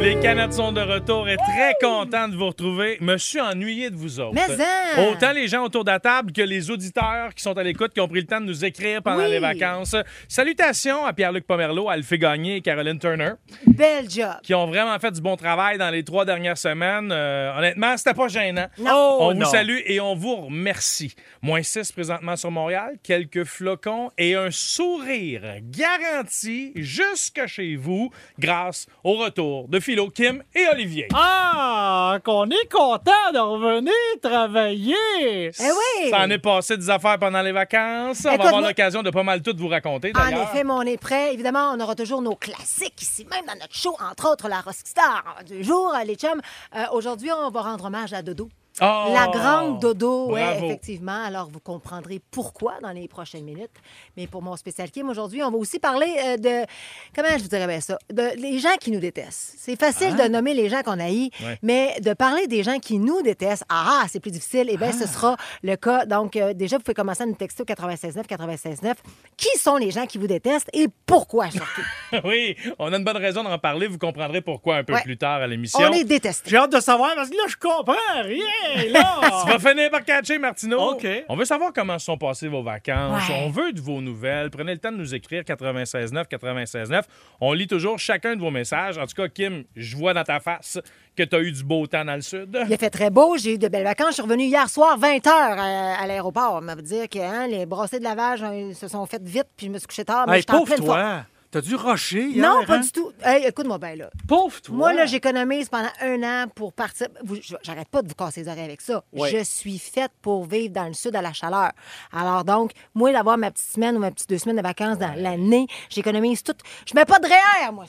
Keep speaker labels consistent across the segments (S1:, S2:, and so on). S1: Les Canucks sont de retour et très contents de vous retrouver. Me suis ennuyé de vous autres.
S2: Mais hein!
S1: Autant les gens autour de la table que les auditeurs qui sont à l'écoute, qui ont pris le temps de nous écrire pendant
S2: Oui.
S1: les vacances. Salutations à Pierre-Luc Pomerleau, Alphé Gagné et Caroline Turner,
S2: Bel job.
S1: qui ont vraiment fait du bon travail dans les trois dernières semaines. Euh, honnêtement, c'était pas gênant.
S2: Non.
S1: on vous salue et on vous remercie. Moins 6 présentement sur Montréal, quelques flocons et un sourire garanti jusque chez vous grâce au retour de Philo, Kim et Olivier.
S3: Ah, qu'on est content de revenir travailler.
S2: Eh oui!
S1: Ça en est passé des affaires pendant les vacances. On va avoir
S2: Écoute-moi-
S1: l'occasion de pas mal tout vous raconter
S2: En
S1: d'ailleurs.
S2: effet, Ah, mais on est prêt. Évidemment, on aura toujours nos classiques ici, même dans notre show, entre autres la Rockstar hein, du jour, les chums. Euh, Aujourd'hui, on va rendre hommage à Dodo.
S1: Oh!
S2: La grande Dodo, oui,
S1: Bravo.
S2: effectivement. Alors, vous comprendrez pourquoi dans les prochaines minutes. Mais pour mon spécial Kim, aujourd'hui, on va aussi parler euh, de. Comment je vous dirais bien ça? De, les gens qui nous détestent. C'est facile de nommer les gens qu'on haït,
S1: Ouais.
S2: mais de parler des gens qui nous détestent, ah, ah, c'est plus difficile. Eh bien, ce sera le cas. Donc, euh, déjà, vous pouvez commencer à nous texter au 96.9, 96.9. Qui sont les gens qui vous détestent et pourquoi, surtout?
S1: oui, on a une bonne raison d'en parler. Vous comprendrez pourquoi un peu
S2: Ouais.
S1: plus tard à l'émission.
S2: on est détestés.
S3: J'ai hâte de savoir parce que là, je comprends
S2: Ah,
S3: rien. Là.
S1: On va finir par catcher, Martineau.
S3: OK.
S1: On veut savoir comment se sont passées vos vacances.
S2: Ouais.
S1: On veut de vos nouvelles. Prenez le temps de nous écrire 96.9, 96.9. On lit toujours chacun de vos messages. En tout cas, Kim, je vois dans ta face que tu as eu du beau temps dans le sud.
S2: Il a fait très beau, j'ai eu de belles vacances. Je suis revenue hier soir, 20 h à, à l'aéroport. Ça veut dire que hein, les brassées de lavage hein, se sont faites vite, puis je me suis couché tard. Mais
S3: Hey,
S2: j'étais en
S3: pauvre
S2: pleine forme.
S3: toi. T'as dû rusher hier,
S2: Non, pas
S3: hein?
S2: du tout. Hey, Écoute-moi bien, là.
S3: Pauvre toi.
S2: Moi, là, j'économise pendant un an pour partir. Vous- je- J'arrête pas de vous casser les oreilles avec ça.
S3: Ouais.
S2: Je suis faite pour vivre dans le sud à la chaleur. Alors, donc, moi, d'avoir ma petite semaine ou ma petite deux semaines de vacances dans l'année, j'économise tout. Je mets pas de REER, moi.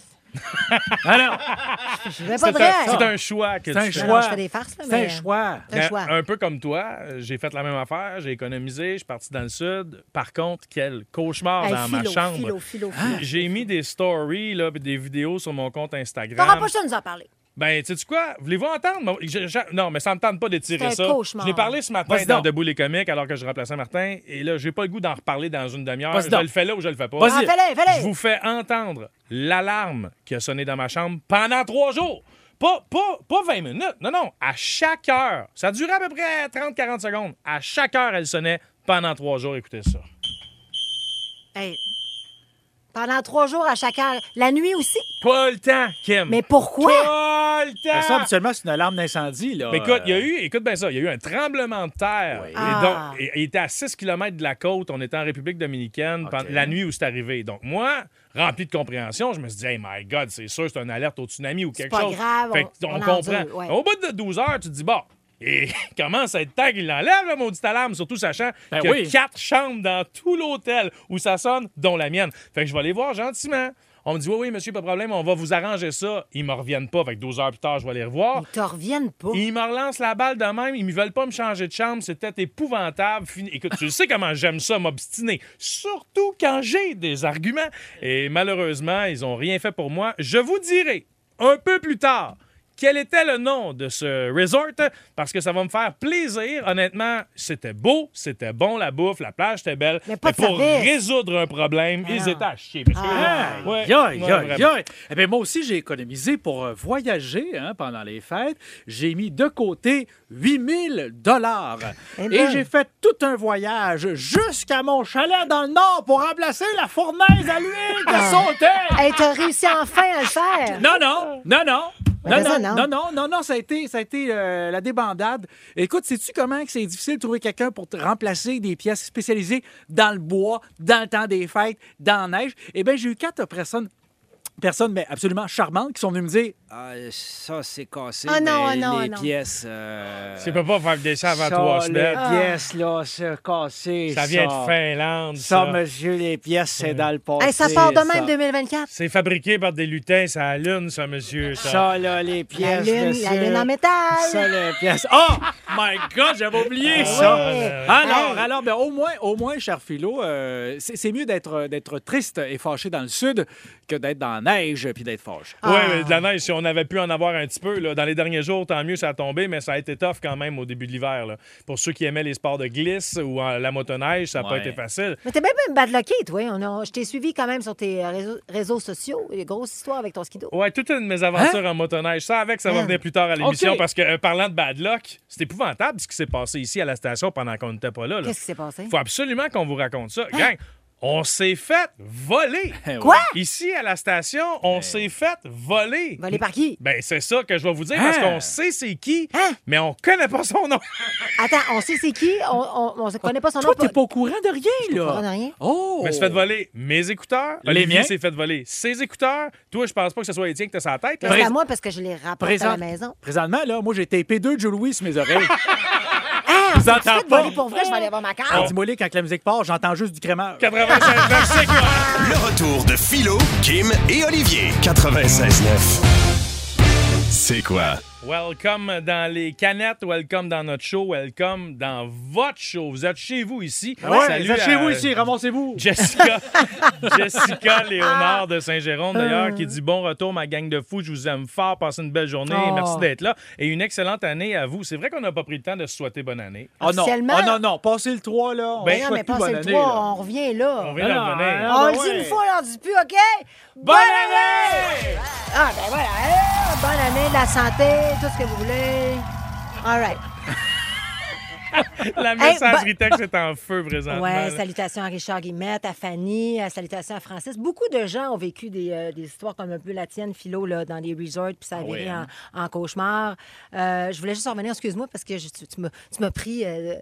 S3: Alors,
S2: Je mets pas
S1: C'est
S2: de
S1: un,
S2: REER.
S1: c'est un choix que
S3: Ah c'est un
S1: tu fais.
S2: Non, non,
S3: choix. Ah.
S2: je fais des farces, là,
S3: C'est
S2: mais- euh,
S3: un choix.
S2: C'est un choix.
S1: Un peu comme toi, j'ai fait la même affaire, j'ai économisé, je suis parti dans le sud. Par contre, quel cauchemar
S2: Hey,
S1: dans ma
S2: philo,
S1: chambre. Hein,
S2: philo, philo, philo.
S1: J'ai mis des stories, là, pis des vidéos sur mon compte Instagram.
S2: T'auras pas le choix de nous en parler.
S1: Ben, tu sais quoi? Voulez-vous entendre? Bon, je- je- non, mais ça me tente pas d'étirer
S2: C'est
S1: ça.
S2: un cauchemar.
S1: Je l'ai parlé ce matin
S3: Vas-y
S1: dans
S3: donc.
S1: Debout les comiques alors que je remplaçais Martin. Et là, j'ai pas le goût d'en reparler dans une demi-heure.
S3: Vas-y
S1: Je
S3: donc.
S1: le fais là ou je le fais pas.
S3: Vas-y.
S2: Ah, fais-le, fais-le.
S1: Je vous fais entendre l'alarme qui a sonné dans ma chambre pendant trois jours. Pas, pas, pas 20 minutes. Non, non. À chaque heure. Ça durait à peu près 30-40 secondes. À chaque heure, elle sonnait pendant trois jours. Écoutez ça.
S2: Hey. Pendant trois jours à chaque heure. La nuit aussi?
S1: Pas le temps, Kim.
S2: Mais pourquoi?
S1: Pas le temps.
S3: Mais Ça, habituellement, c'est une alarme d'incendie. là. euh,
S1: Mais écoute, il y a eu, écoute bien ça, il y a eu un tremblement de terre.
S3: Oui.
S1: Et
S2: Ah.
S1: donc, et- il était à 6 km de la côte. On était en République dominicaine
S3: OK.
S1: pendant- la nuit où c'est arrivé. Donc, moi, rempli de compréhension, je me suis dit, hey, my God, c'est sûr, c'est une alerte au tsunami ou quelque
S2: pas
S1: chose.
S2: grave,
S1: Fait
S2: on-
S1: que on
S2: on
S1: comprend. Oh,
S2: endure, ouais.
S1: Au bout de 12 heures, tu te dis, bon. Et commence à être temps qu'il l'enlève, la maudite alarme, surtout sachant
S3: Ben
S1: qu'il y a
S3: oui.
S1: quatre chambres dans tout l'hôtel où ça sonne, dont la mienne. Fait que je vais aller voir gentiment. On me dit, oui, oui, monsieur, pas de problème, on va vous arranger ça. Ils me reviennent pas. Fait que 12 heures plus tard, je vais les revoir.
S2: Ils te reviennent pas.
S1: Ils me relancent la balle de même. Ils ne veulent pas me changer de chambre. C'était épouvantable. Fini. Écoute, tu le sais comment j'aime ça, m'obstiner. Surtout quand j'ai des arguments. Et malheureusement, ils n'ont rien fait pour moi. Je vous dirai un peu plus tard. Quel était le nom de ce resort? Parce que ça va me faire plaisir. Honnêtement, c'était beau, c'était bon la bouffe, la plage était belle.
S2: Mais pas de
S1: pour
S2: service.
S1: résoudre un problème,
S2: Ah.
S1: ils étaient à chier. monsieur.
S2: Ah.
S1: Ouais,
S3: Aïe, aïe,
S1: ouais,
S3: aïe,
S1: vraiment.
S3: aïe. Eh bien, moi aussi, j'ai économisé pour euh, voyager hein, pendant les fêtes. J'ai mis de côté 8000 dollars.
S2: Eh ben.
S3: Et j'ai fait tout un voyage jusqu'à mon chalet dans le nord pour remplacer la fournaise à l'huile de sauter.
S2: Ah. Hey, t'as réussi enfin à le faire.
S3: Non, non, non, non.
S2: Ben,
S3: Non,
S2: ça,
S3: non,
S2: non.
S3: non, non, non, non, ça a été, ça a été euh, la débandade. Écoute, sais-tu comment que c'est difficile de trouver quelqu'un pour te remplacer des pièces spécialisées dans le bois, dans le temps des fêtes, dans la neige? Eh bien, j'ai eu quatre personnes personnes mais absolument charmantes qui sont venues me dire ah, ça c'est cassé
S2: Ah non,
S3: mais
S2: ah non,
S3: les
S2: ah non.
S3: pièces euh,
S1: Tu peux pas faire dessin avant
S3: ça,
S1: trois
S3: les
S1: semaines.
S3: pièces Ah. là c'est cassé
S1: Ça vient de Finlande.
S3: ça monsieur les pièces c'est dans le
S1: Oh,
S3: passé
S2: Hey, ça part de même
S3: ça.
S2: 2024.
S1: C'est fabriqué par des lutins, ça à la lune, ça, monsieur. Ça.
S3: Ça, là, les
S2: La
S3: pièces.
S2: lune, la
S3: monsieur.
S2: lune en métal.
S3: Ça, les pièces. Oh! my God, j'avais oublié
S1: Ah,
S3: ça.
S1: ouais.
S3: Alors, alors ben, au moins, au moins, cher Philo, euh, c'est c'est mieux d'être d'être triste et fâché dans le sud que d'être dans la neige puis d'être fâché.
S1: Oui,
S2: Ah.
S1: de la neige, si on avait pu en avoir un petit peu. Là, dans les derniers jours, tant mieux, ça a tombé, mais ça a été tough quand même au début de l'hiver. là. Pour ceux qui aimaient les sports de glisse ou euh, la motoneige, ça n'a
S3: Ouais.
S1: pas été facile.
S2: Mais t'es bien bien badlocké, toi. On a- je t'ai suivi quand même sur tes euh, réseaux, réseaux sociaux. Il y a une grosse histoire avec ton skido.
S1: Ouais, toute une de mes aventures
S2: Hein?
S1: en motoneige. Ça, avec, ça va venir plus tard à l'émission
S3: OK.
S1: parce que, euh, parlant de bad luck, c'est épouvantable ce qui s'est passé ici à la station pendant qu'on n'était pas là. là.
S2: Qu'est-ce qui s'est passé?
S1: faut absolument qu'on vous raconte ça. Gang, on s'est fait voler.
S3: Eh
S2: Quoi?
S1: Ici, à la station, on s'est fait voler.
S2: Volé par qui?
S1: Ben, c'est ça que je vais vous dire parce
S3: Hein?
S1: qu'on sait c'est qui,
S2: Hein?
S1: mais on connaît pas son nom.
S2: Attends, on sait c'est qui? On, on, on se connaît pas son
S3: Toi,
S2: nom.
S3: t'es pas au courant de rien, là.
S2: au courant de rien.
S3: Oh!
S1: Je me suis fait voler mes écouteurs.
S3: Les
S1: Olivier
S3: miens?
S1: s'est fait voler ses écouteurs. Toi, je pense pas que ce soit Étienne que t'as sa tête. là.
S2: Mais C'est à
S3: Présent-
S2: moi parce que je les rapporte à la maison.
S3: Présentement, là, moi, j'ai tapé deux Joe Louis sur mes oreilles.
S2: Ah, on s'est
S3: entends
S2: fait
S3: pas?
S2: voler pour vrai, je vais aller voir ma
S3: Ah,
S2: carte.
S3: dis-moi, les, quand la musique part, j'entends juste du Ah, crémage.
S1: 85 merci, quoi.
S4: Le retour de Philo, Kim et Olivier. 96.9. C'est quoi?
S1: Welcome dans les canettes, welcome dans notre show, welcome dans votre show. Vous êtes chez vous ici. Ah Salut à-
S3: chez vous ici, ramassez-vous. Ah,
S1: Jessica, Jessica Léonard de Saint-Jérôme,
S2: Euh.
S1: d'ailleurs, qui dit bon retour, ma gang de fous. Je vous aime fort. Passez une belle journée.
S2: Oh.
S1: Merci d'être là. Et une excellente année à vous. C'est vrai qu'on n'a pas pris le temps de se souhaiter bonne année. Ah
S3: Oh non,
S2: Officiellement-
S3: oh non, non, passez le 3, là. on
S1: Ben,
S3: se
S2: non, mais
S3: souhaite plus
S2: passez
S3: bonne
S2: le Ah,
S3: année,
S2: 3,
S3: là.
S2: on revient là.
S1: On
S2: On,
S1: vient
S3: Ah
S1: d'en
S3: non,
S1: revenir.
S3: ah non.
S2: le
S3: ben
S2: dit
S3: ouais.
S2: une fois, on le dit plus, OK? Bonne, année! Ah, ben voilà. hein, Bonne année, de la santé, tout ce que vous voulez. All right.
S1: La
S2: Hey,
S1: messagerie
S2: bon-
S1: texte est en feu présentement.
S2: Ouais,
S1: là.
S2: salutations à Richard Guillemette, à Fanny, à salutations à Francis. Beaucoup de gens ont vécu des, euh, des histoires comme un peu la tienne, Philo, là, dans des resorts, puis ça
S1: Ah
S2: a viré
S3: ouais, hein.
S2: en, en cauchemar. Euh, je voulais juste revenir, excuse-moi, parce que je- tu, tu m'as- tu m'as pris euh,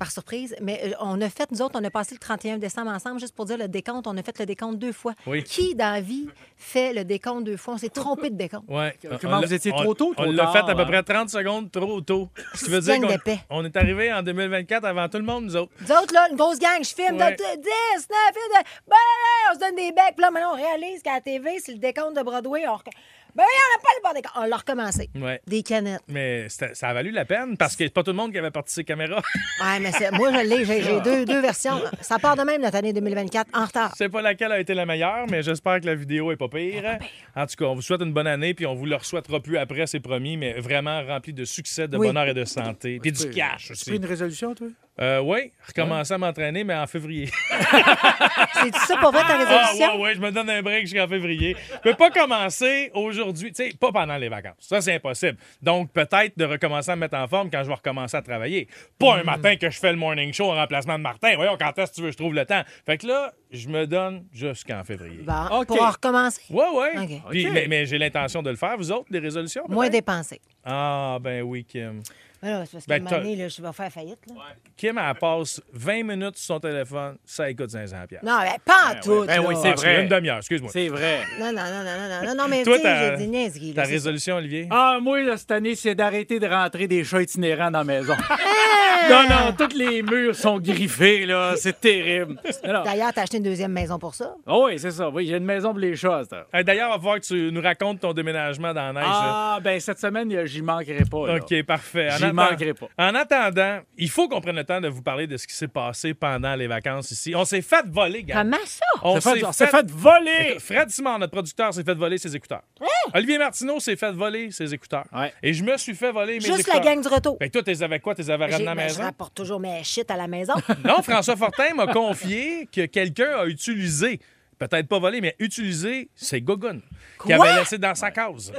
S2: par surprise, mais euh, on a fait, nous autres, on a passé le 31 décembre ensemble, juste pour dire le décompte, on a fait le décompte deux fois.
S1: Oui.
S2: Qui, dans la vie, fait le décompte deux fois? On s'est trompé de décompte.
S1: Ouais.
S3: Comment
S1: On
S3: vous
S1: l'a-
S3: étiez
S1: on-
S3: trop tôt, trop
S1: On l'a fait à peu
S3: tard, hein?
S1: près 30 secondes trop tôt. Ce qui veut dire
S2: Gang
S1: qu'on
S2: d'épais.
S1: on est arrivé en 2024 avant tout le monde, nous autres.
S2: Nous autres, là, une grosse gang, je filme. donc,
S1: Ouais.
S2: 10, 9, 8, euh, ben, on se donne des becs. Puis là, maintenant, on réalise qu'à la TV, c'est le décompte de Broadway. On... rec- Ben, on n'a pas le bon décompte. On l'a recommencé.
S1: Ouais.
S2: Des canettes.
S1: Mais c'était- ça a valu la peine parce que c'est pas tout le monde qui avait parti ses caméras.
S2: Ouais, mais c'est- moi, je l'ai. J'ai j'ai deux, deux versions. Ça part de même, notre année 2024, en retard.
S1: Je sais pas laquelle a été la meilleure, mais j'espère que la vidéo est pas pire. En tout cas, on vous souhaite une bonne année, puis on vous le souhaitera plus après, c'est promis, mais vraiment rempli de succès, de
S2: Oui.
S1: bonheur et de santé. Puis du cash
S3: Tu fais
S1: aussi.
S3: une résolution, toi?
S1: Euh, oui, recommencer à m'entraîner, mais en février.
S2: C'est ça pour vrai ta
S1: Ah,
S2: résolution?
S1: ouais, ouais, je me donne un break jusqu'en février. Je peux pas commencer aujourd'hui, tu sais, pas pendant les vacances. Ça, c'est impossible. Donc, peut-être de recommencer à me mettre en forme quand je vais recommencer à travailler. Pas
S2: Mm.
S1: un matin que je fais le morning show en remplacement de Martin. Voyons, quand est-ce que tu veux, que je trouve le temps. Fait que là, je me donne jusqu'en février.
S2: Bon,
S3: OK.
S2: pour en recommencer.
S1: Ouais, ouais.
S2: Bah, OK.
S1: Puis,
S3: OK.
S1: Mais, mais j'ai l'intention de le faire, vous autres, des résolutions? peut-être?
S2: Moins dépenser.
S1: Ah, ben oui, Kim.
S2: Mais là, c'est parce que
S1: Ben,
S2: un
S1: t'as-
S2: moment donné, là, je vais faire faillite. là.
S1: Kim, elle passe 20 minutes sur son téléphone, ça écoute 500$. piastres.
S2: Non, ben, pas en tout.
S3: Ben oui,
S2: là.
S3: c'est
S1: Ah, excuse,
S3: vrai.
S1: Une demi-heure, excuse-moi.
S3: C'est vrai.
S2: Non, non, non, non, non, non, non, mais tu
S1: Toi,
S2: sais,
S1: ta-
S2: j'ai des niaiseries.
S1: Ta
S2: là, c'est-
S1: résolution, Olivier?
S3: Ah, moi, là, cette année, c'est d'arrêter de rentrer des chats itinérants dans la maison. non, non, tous les murs sont griffés, là. C'est terrible. Alors,
S2: D'ailleurs, t'as acheté une deuxième maison pour ça.
S3: oh oui, c'est ça. Oui, j'ai une maison pour les chats, à cette heure.
S1: Hey, D'ailleurs, il va falloir que tu nous racontes ton déménagement dans la neige. là.
S3: Ah, ben cette semaine, euh, j'y manquerai pas. là.
S1: OK, parfait. En
S3: J'y
S1: atten-
S3: manquerai pas.
S1: En attendant, il faut qu'on prenne le temps de vous parler de ce qui s'est passé pendant les vacances ici. On s'est fait voler, gars.
S2: Comment ça?
S1: On
S3: On s'est fait, on s'est fait voler!
S1: Écoute, Fred Simon, notre producteur, s'est fait voler ses écouteurs.
S2: Hein?
S1: Olivier Martineau s'est fait voler ses écouteurs.
S3: Ouais.
S1: Et je me suis fait voler mes
S2: Juste
S1: écouteurs.
S2: la gang du retour.
S1: Fait que toi, t'es avec quoi? T'es avec
S2: J'ai-
S1: ramenés à la
S2: ben, je
S1: maison?
S2: rapporte toujours mes shit à la maison.
S1: Non, François Fortin m'a confié que quelqu'un a utilisé, peut-être pas volé, mais utilisé ses gogones qu'il
S2: Quoi?
S1: avait laissé dans sa case.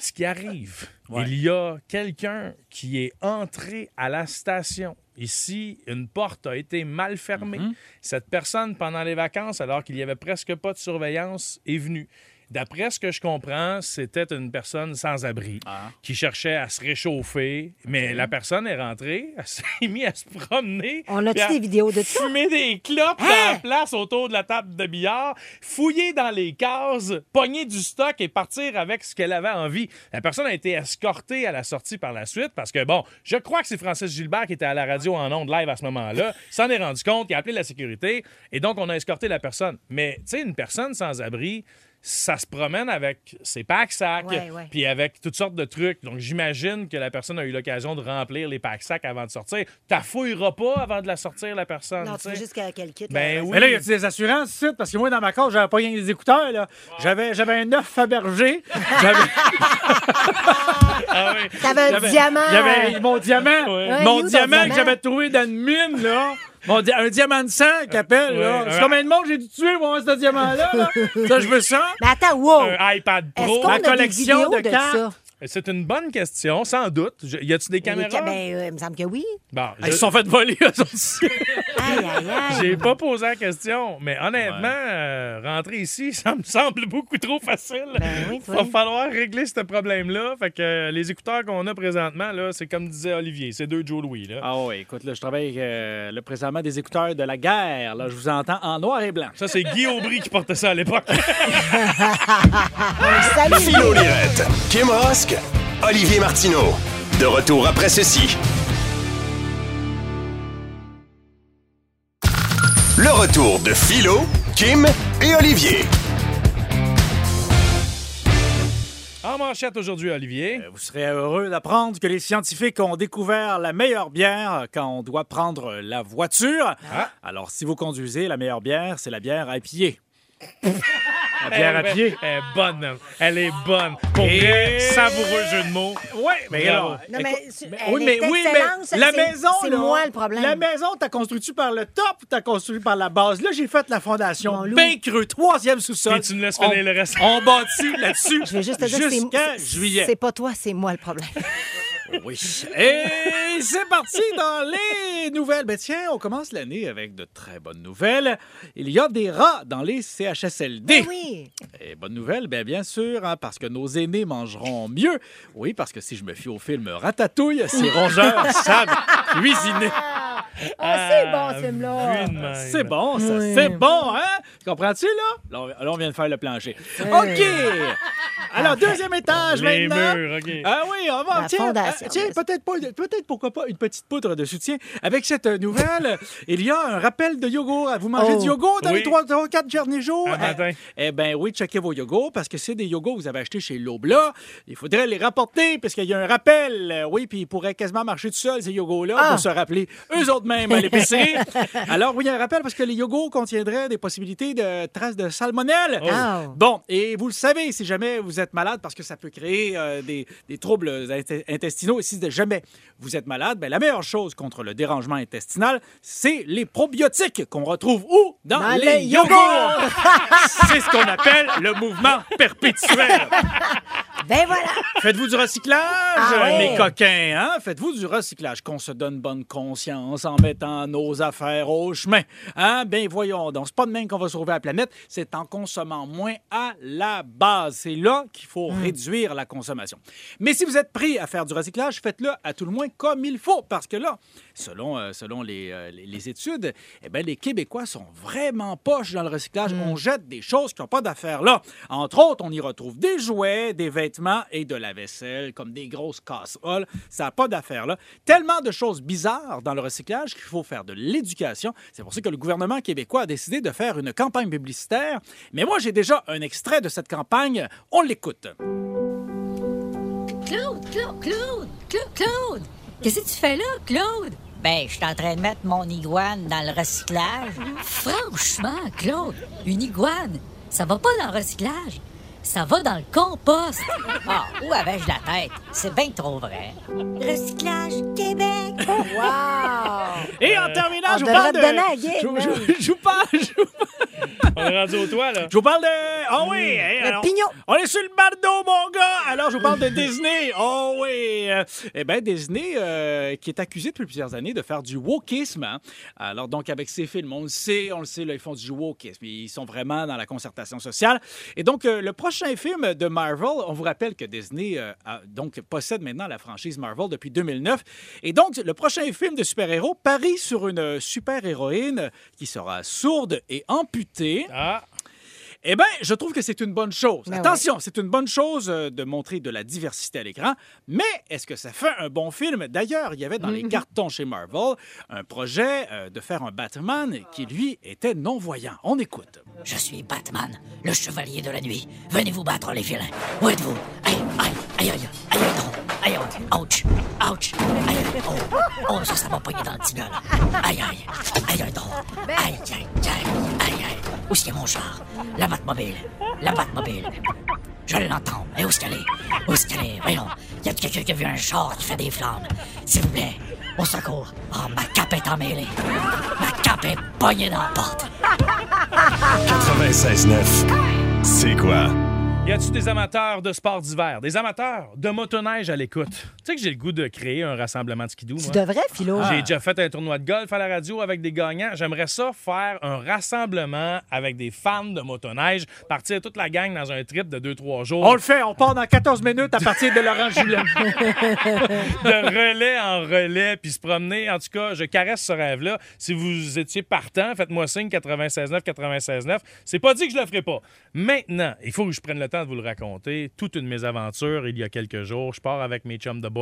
S1: Ce qui arrive, il y a quelqu'un qui est entré à la station. Ici, une porte a été mal fermée. Cette personne, pendant les vacances, alors qu'il y avait presque pas de surveillance, est venue. D'après ce que je comprends, c'était une personne sans abri qui cherchait à se réchauffer, mais la personne est rentrée, elle s'est mise à se promener.
S2: On a-tu
S1: puis à
S2: des vidéos de ça?
S1: Fumer des clopes
S2: Hein?
S1: dans la place autour de la table de billard, fouiller dans les cases, pogner du stock et partir avec ce qu'elle avait envie. La personne a été escortée à la sortie par la suite parce que, bon, je crois que c'est Francis Gilbert qui était à la radio en ondes live à ce moment-là, s'en est rendu compte, il a appelé la sécurité et donc on a escorté la personne. Mais, tu sais, une personne sans abri, ça se promène avec ses packs sacs,
S2: Ouais, ouais.
S1: puis avec toutes sortes de trucs. Donc, j'imagine que la personne a eu l'occasion de remplir les packs sacs avant de sortir. T'as fouilleras pas avant de la sortir, la personne.
S2: Non,
S1: tu
S2: tu euh, veux
S1: sais.
S2: juste qu'elle qu'elle quitte.
S1: Ben
S2: la-
S1: oui.
S3: Mais là, y a des assurances ici? Parce que moi, dans ma carte, j'avais pas rien que des écouteurs, là. J'avais, j'avais un œuf Fabergé. J'avais,
S1: Ah oui.
S2: T'avais un
S3: j'avais-
S2: diamant.
S3: j'avais mon diamant.
S1: Ouais.
S2: Ouais, il est
S3: Mon
S2: où, ton
S3: diamant
S2: diamant?
S3: que j'avais trouvé dans une mine, là. Mon di- un diamant de sang qu'appelle, là.
S1: Ouais,
S3: C'est
S1: ouais.
S3: combien de monde j'ai dû tuer, moi, ce diamant-là, là? Ça, je veux ça.
S2: Mais attends, wow!
S1: Un iPad
S2: Est-ce
S1: Pro.
S2: qu'on
S3: la
S2: a des
S3: collection
S2: vidéos
S3: de
S2: de,
S3: cartes.
S2: ça?
S1: C'est une bonne question, sans doute. Je- Y a-tu des
S2: Les
S1: caméras?
S2: ca- Ben, euh, il me semble que oui.
S1: Bon,
S3: Ah,
S1: je-
S3: Ils se sont fait voler, eux autres aussi.
S2: Aïe, aïe, aïe.
S1: J'ai pas posé la question, mais honnêtement, euh, rentrer ici, ça me semble beaucoup trop facile.
S2: Ben oui,
S1: Il
S2: toi.
S1: va falloir régler ce problème-là. Fait que euh, les écouteurs qu'on a présentement, là, c'est comme disait Olivier, c'est deux Joe Louis. Là.
S3: Ah oui, écoute, là, je travaille avec euh, le présentement des écouteurs de la guerre. Là, je vous entends en noir et blanc.
S1: Ça, c'est Guy Aubry qui portait ça à l'époque. Ah!
S2: Euh, Salut!
S4: Philo Lirette, Kim Rosk, Olivier Martineau. De retour après ceci. Le retour de Philo, Kim et Olivier.
S1: en manchette aujourd'hui, Olivier.
S3: Euh, Vous serez heureux d'apprendre que les scientifiques ont découvert la meilleure bière quand on doit prendre la voiture.
S1: Ah.
S3: Alors, si vous conduisez, la meilleure bière, c'est la bière à pied. la bière à
S1: Elle-
S3: pied.
S1: Ah, ben, Elle est bonne. Elle est bonne. Eh Pour
S3: Et-
S1: vrai, savoureux jeu de mots.
S3: Oui, mais
S1: Bravo.
S3: alors,
S2: Non, mais
S3: écoute,
S2: c'est-
S3: mais-
S2: elle
S3: oui,
S2: est
S3: mais oui,
S2: excellente,
S3: mais
S2: ça,
S3: la
S2: c'est-
S3: maison,
S2: c'est
S3: là,
S2: moi le problème.
S3: La maison, t'as construit-tu par le top ou t'as construit par la base? Là, j'ai fait la fondation
S2: Mon loup.
S3: bien creux, troisième sous-sol.
S1: Puis tu me laisses
S3: On-
S1: finir le reste.
S3: On bâtit là-dessus
S2: Je veux juste te dire que
S3: jusqu'à
S2: c'est- c'est-
S3: juillet.
S2: c'est pas toi, c'est moi le problème.
S3: Oui. Et c'est parti dans les nouvelles. Ben tiens, on commence l'année avec de très bonnes nouvelles. Il y a des rats dans les CHSLD.
S2: Ben oui!
S3: Et bonne nouvelle, ben bien sûr, hein, parce que nos aînés mangeront mieux. Oui, parce que si je me fie au film Ratatouille, ces rongeurs savent cuisiner.
S2: Ah, c'est
S1: Ah,
S2: bon ce film-là!
S1: vu de même.
S3: C'est bon, ça, c'est bon, hein? Comprends-tu, là? là? on- Là, on vient de faire le plancher. OK! Alors, deuxième étage
S1: Les
S3: maintenant.
S1: murs, OK.
S3: Ah oui, on va.
S2: La
S3: tiens,
S2: fondation,
S3: ah, tiens,
S2: bien sûr.
S3: peut-être pas, peut-être pourquoi pas une petite poudre de soutien. Avec cette nouvelle, il y a un rappel de yogourt. Vous mangez
S2: Oh.
S3: du yogourt dans
S1: Oui.
S3: les 3 4 derniers jours?
S1: Un matin.
S3: Eh bien oui, checkez vos yogourts parce que c'est des yogourts que vous avez achetés chez Lobla. Il faudrait les rapporter parce qu'il y a un rappel. Euh, Oui, puis ils pourraient quasiment marcher tout seuls, ces yogourts-là,
S2: Ah.
S3: pour se rappeler eux autres mêmes à l'épicerie.
S1: Ah,
S3: Alors oui, un rappel parce que les yogourts contiendraient des possibilités de traces de salmonelle.
S1: Oh.
S2: Ah.
S3: Bon, et vous le savez, si jamais vous êtes malade, parce que ça peut créer euh, des, des troubles inte- intestinaux, et si jamais vous êtes malade, ben, la meilleure chose contre le dérangement intestinal, c'est les probiotiques qu'on retrouve où? Dans,
S2: Dans
S3: les
S2: les
S3: yogourts! c'est ce qu'on appelle le mouvement perpétuel.
S2: Ben voilà!
S3: Faites-vous du recyclage,
S2: Ah
S3: euh,
S2: ouais.
S3: mes coquins, hein? Faites-vous du recyclage, qu'on se donne bonne conscience en mettant nos affaires au chemin. Hein? Ben voyons donc, c'est pas de même qu'on va sauver la planète, c'est en consommant moins à la base. C'est là qu'il faut
S2: Hmm.
S3: réduire la consommation. Mais si vous êtes pris à faire du recyclage, faites-le à tout le moins comme il faut, parce que là, selon, euh, selon les, euh, les- les études, eh ben, les Québécois sont vraiment poches dans le recyclage.
S2: Hmm.
S3: On jette des choses qui n'ont pas d'affaires là. Entre autres, on y retrouve des jouets, des vêtements et de la vaisselle, comme des grosses casseroles. Ça n'a pas d'affaires là. Tellement de choses bizarres dans le recyclage qu'il faut faire de l'éducation. C'est pour ça que le gouvernement québécois a décidé de faire une campagne publicitaire. Mais moi, j'ai déjà un extrait de cette campagne. On l'écoute.
S5: Claude, Claude, Claude, Claude, Claude! Qu'est-ce que tu fais là, Claude?
S6: Ben, je suis en train de mettre mon iguane dans le recyclage.
S5: Franchement, Claude, une iguane, ça va pas dans le recyclage, ça va dans le compost.
S6: Ah, où avais-je la tête? C'est bien trop vrai. Recyclage Québec!
S2: Wow!
S3: Et en terminant,
S2: Euh, on
S3: je vous parle de...
S2: devrait donner à Guy,
S3: je-
S2: man.
S3: je- je vous parle- je vous
S1: On est rendu au toit, là.
S3: Je vous parle de. Ah oui! hein, alors,
S2: pignon.
S3: On est sur le bardeau, mon gars! Alors, je vous parle de Disney! Oh oui! euh, eh bien, Disney, euh, qui est accusé depuis plusieurs années de faire du wokisme. hein. Alors, donc, avec ses films, on le sait, on le sait, là, ils font du wokisme. Ils sont vraiment dans la concertation sociale. Et donc, euh, le prochain film de Marvel, on vous rappelle que Disney euh, a- donc, possède maintenant la franchise Marvel depuis 2009. Et donc, le prochain film de super-héros parie sur une super-héroïne qui sera sourde et amputée.
S1: Ah,
S3: Eh bien, je trouve que c'est une bonne chose.
S2: Ben
S3: Attention, c'est une bonne chose euh, de montrer de la diversité à l'écran, mais est-ce que ça fait un bon film? D'ailleurs, il y avait dans
S1: Mhm.
S3: les cartons chez Marvel un projet euh, de faire un Batman qui, lui, était non-voyant. On écoute.
S6: Je suis Batman, le chevalier de la nuit. Venez vous battre, les vilains. Où êtes-vous Aïe, aïe, aïe, aïe, aïe, aïe, aïe, aïe, ouch, ouch, aïe, aïe, oh, oh, ça, ça m'a pogné dans le tilleul. Aïe, aïe, aïe, aïe, donc. aïe, aïe, aïe, aïe, aïe. Où est mon char La Batmobile, la Batmobile. Je l'entends, mais où est-ce qu'elle est Où est-ce qu'elle est Voyons, y a quelqu'un qui a vu un char qui fait des flammes. S'il vous plaît, au secours. Oh, ma cape est emmêlée. Ma cape est pognée dans la porte.
S4: 96.9. C'est quoi?
S1: Y a-tu des amateurs de sports d'hiver, des amateurs de motoneige à l'écoute? Tu sais que j'ai le goût de créer un rassemblement de skidoo,
S2: Tu
S1: moi.
S2: devrais, Philo. Ah.
S1: J'ai déjà fait un tournoi de golf à la radio avec des gagnants. J'aimerais ça faire un rassemblement avec des fans de motoneige, partir toute la gang dans un trip de 2-3 jours.
S3: On le fait, on part dans 14 minutes à partir de Laurent Julien.
S1: de relais en relais, puis se promener. En tout cas, je caresse ce rêve-là. Si vous étiez partant, faites-moi signe 96.9, 96.9. C'est pas dit que je le ferai pas. Maintenant, il faut que je prenne le temps de vous le raconter. Toute une mésaventure, il y a quelques jours, je pars avec mes chums de boys.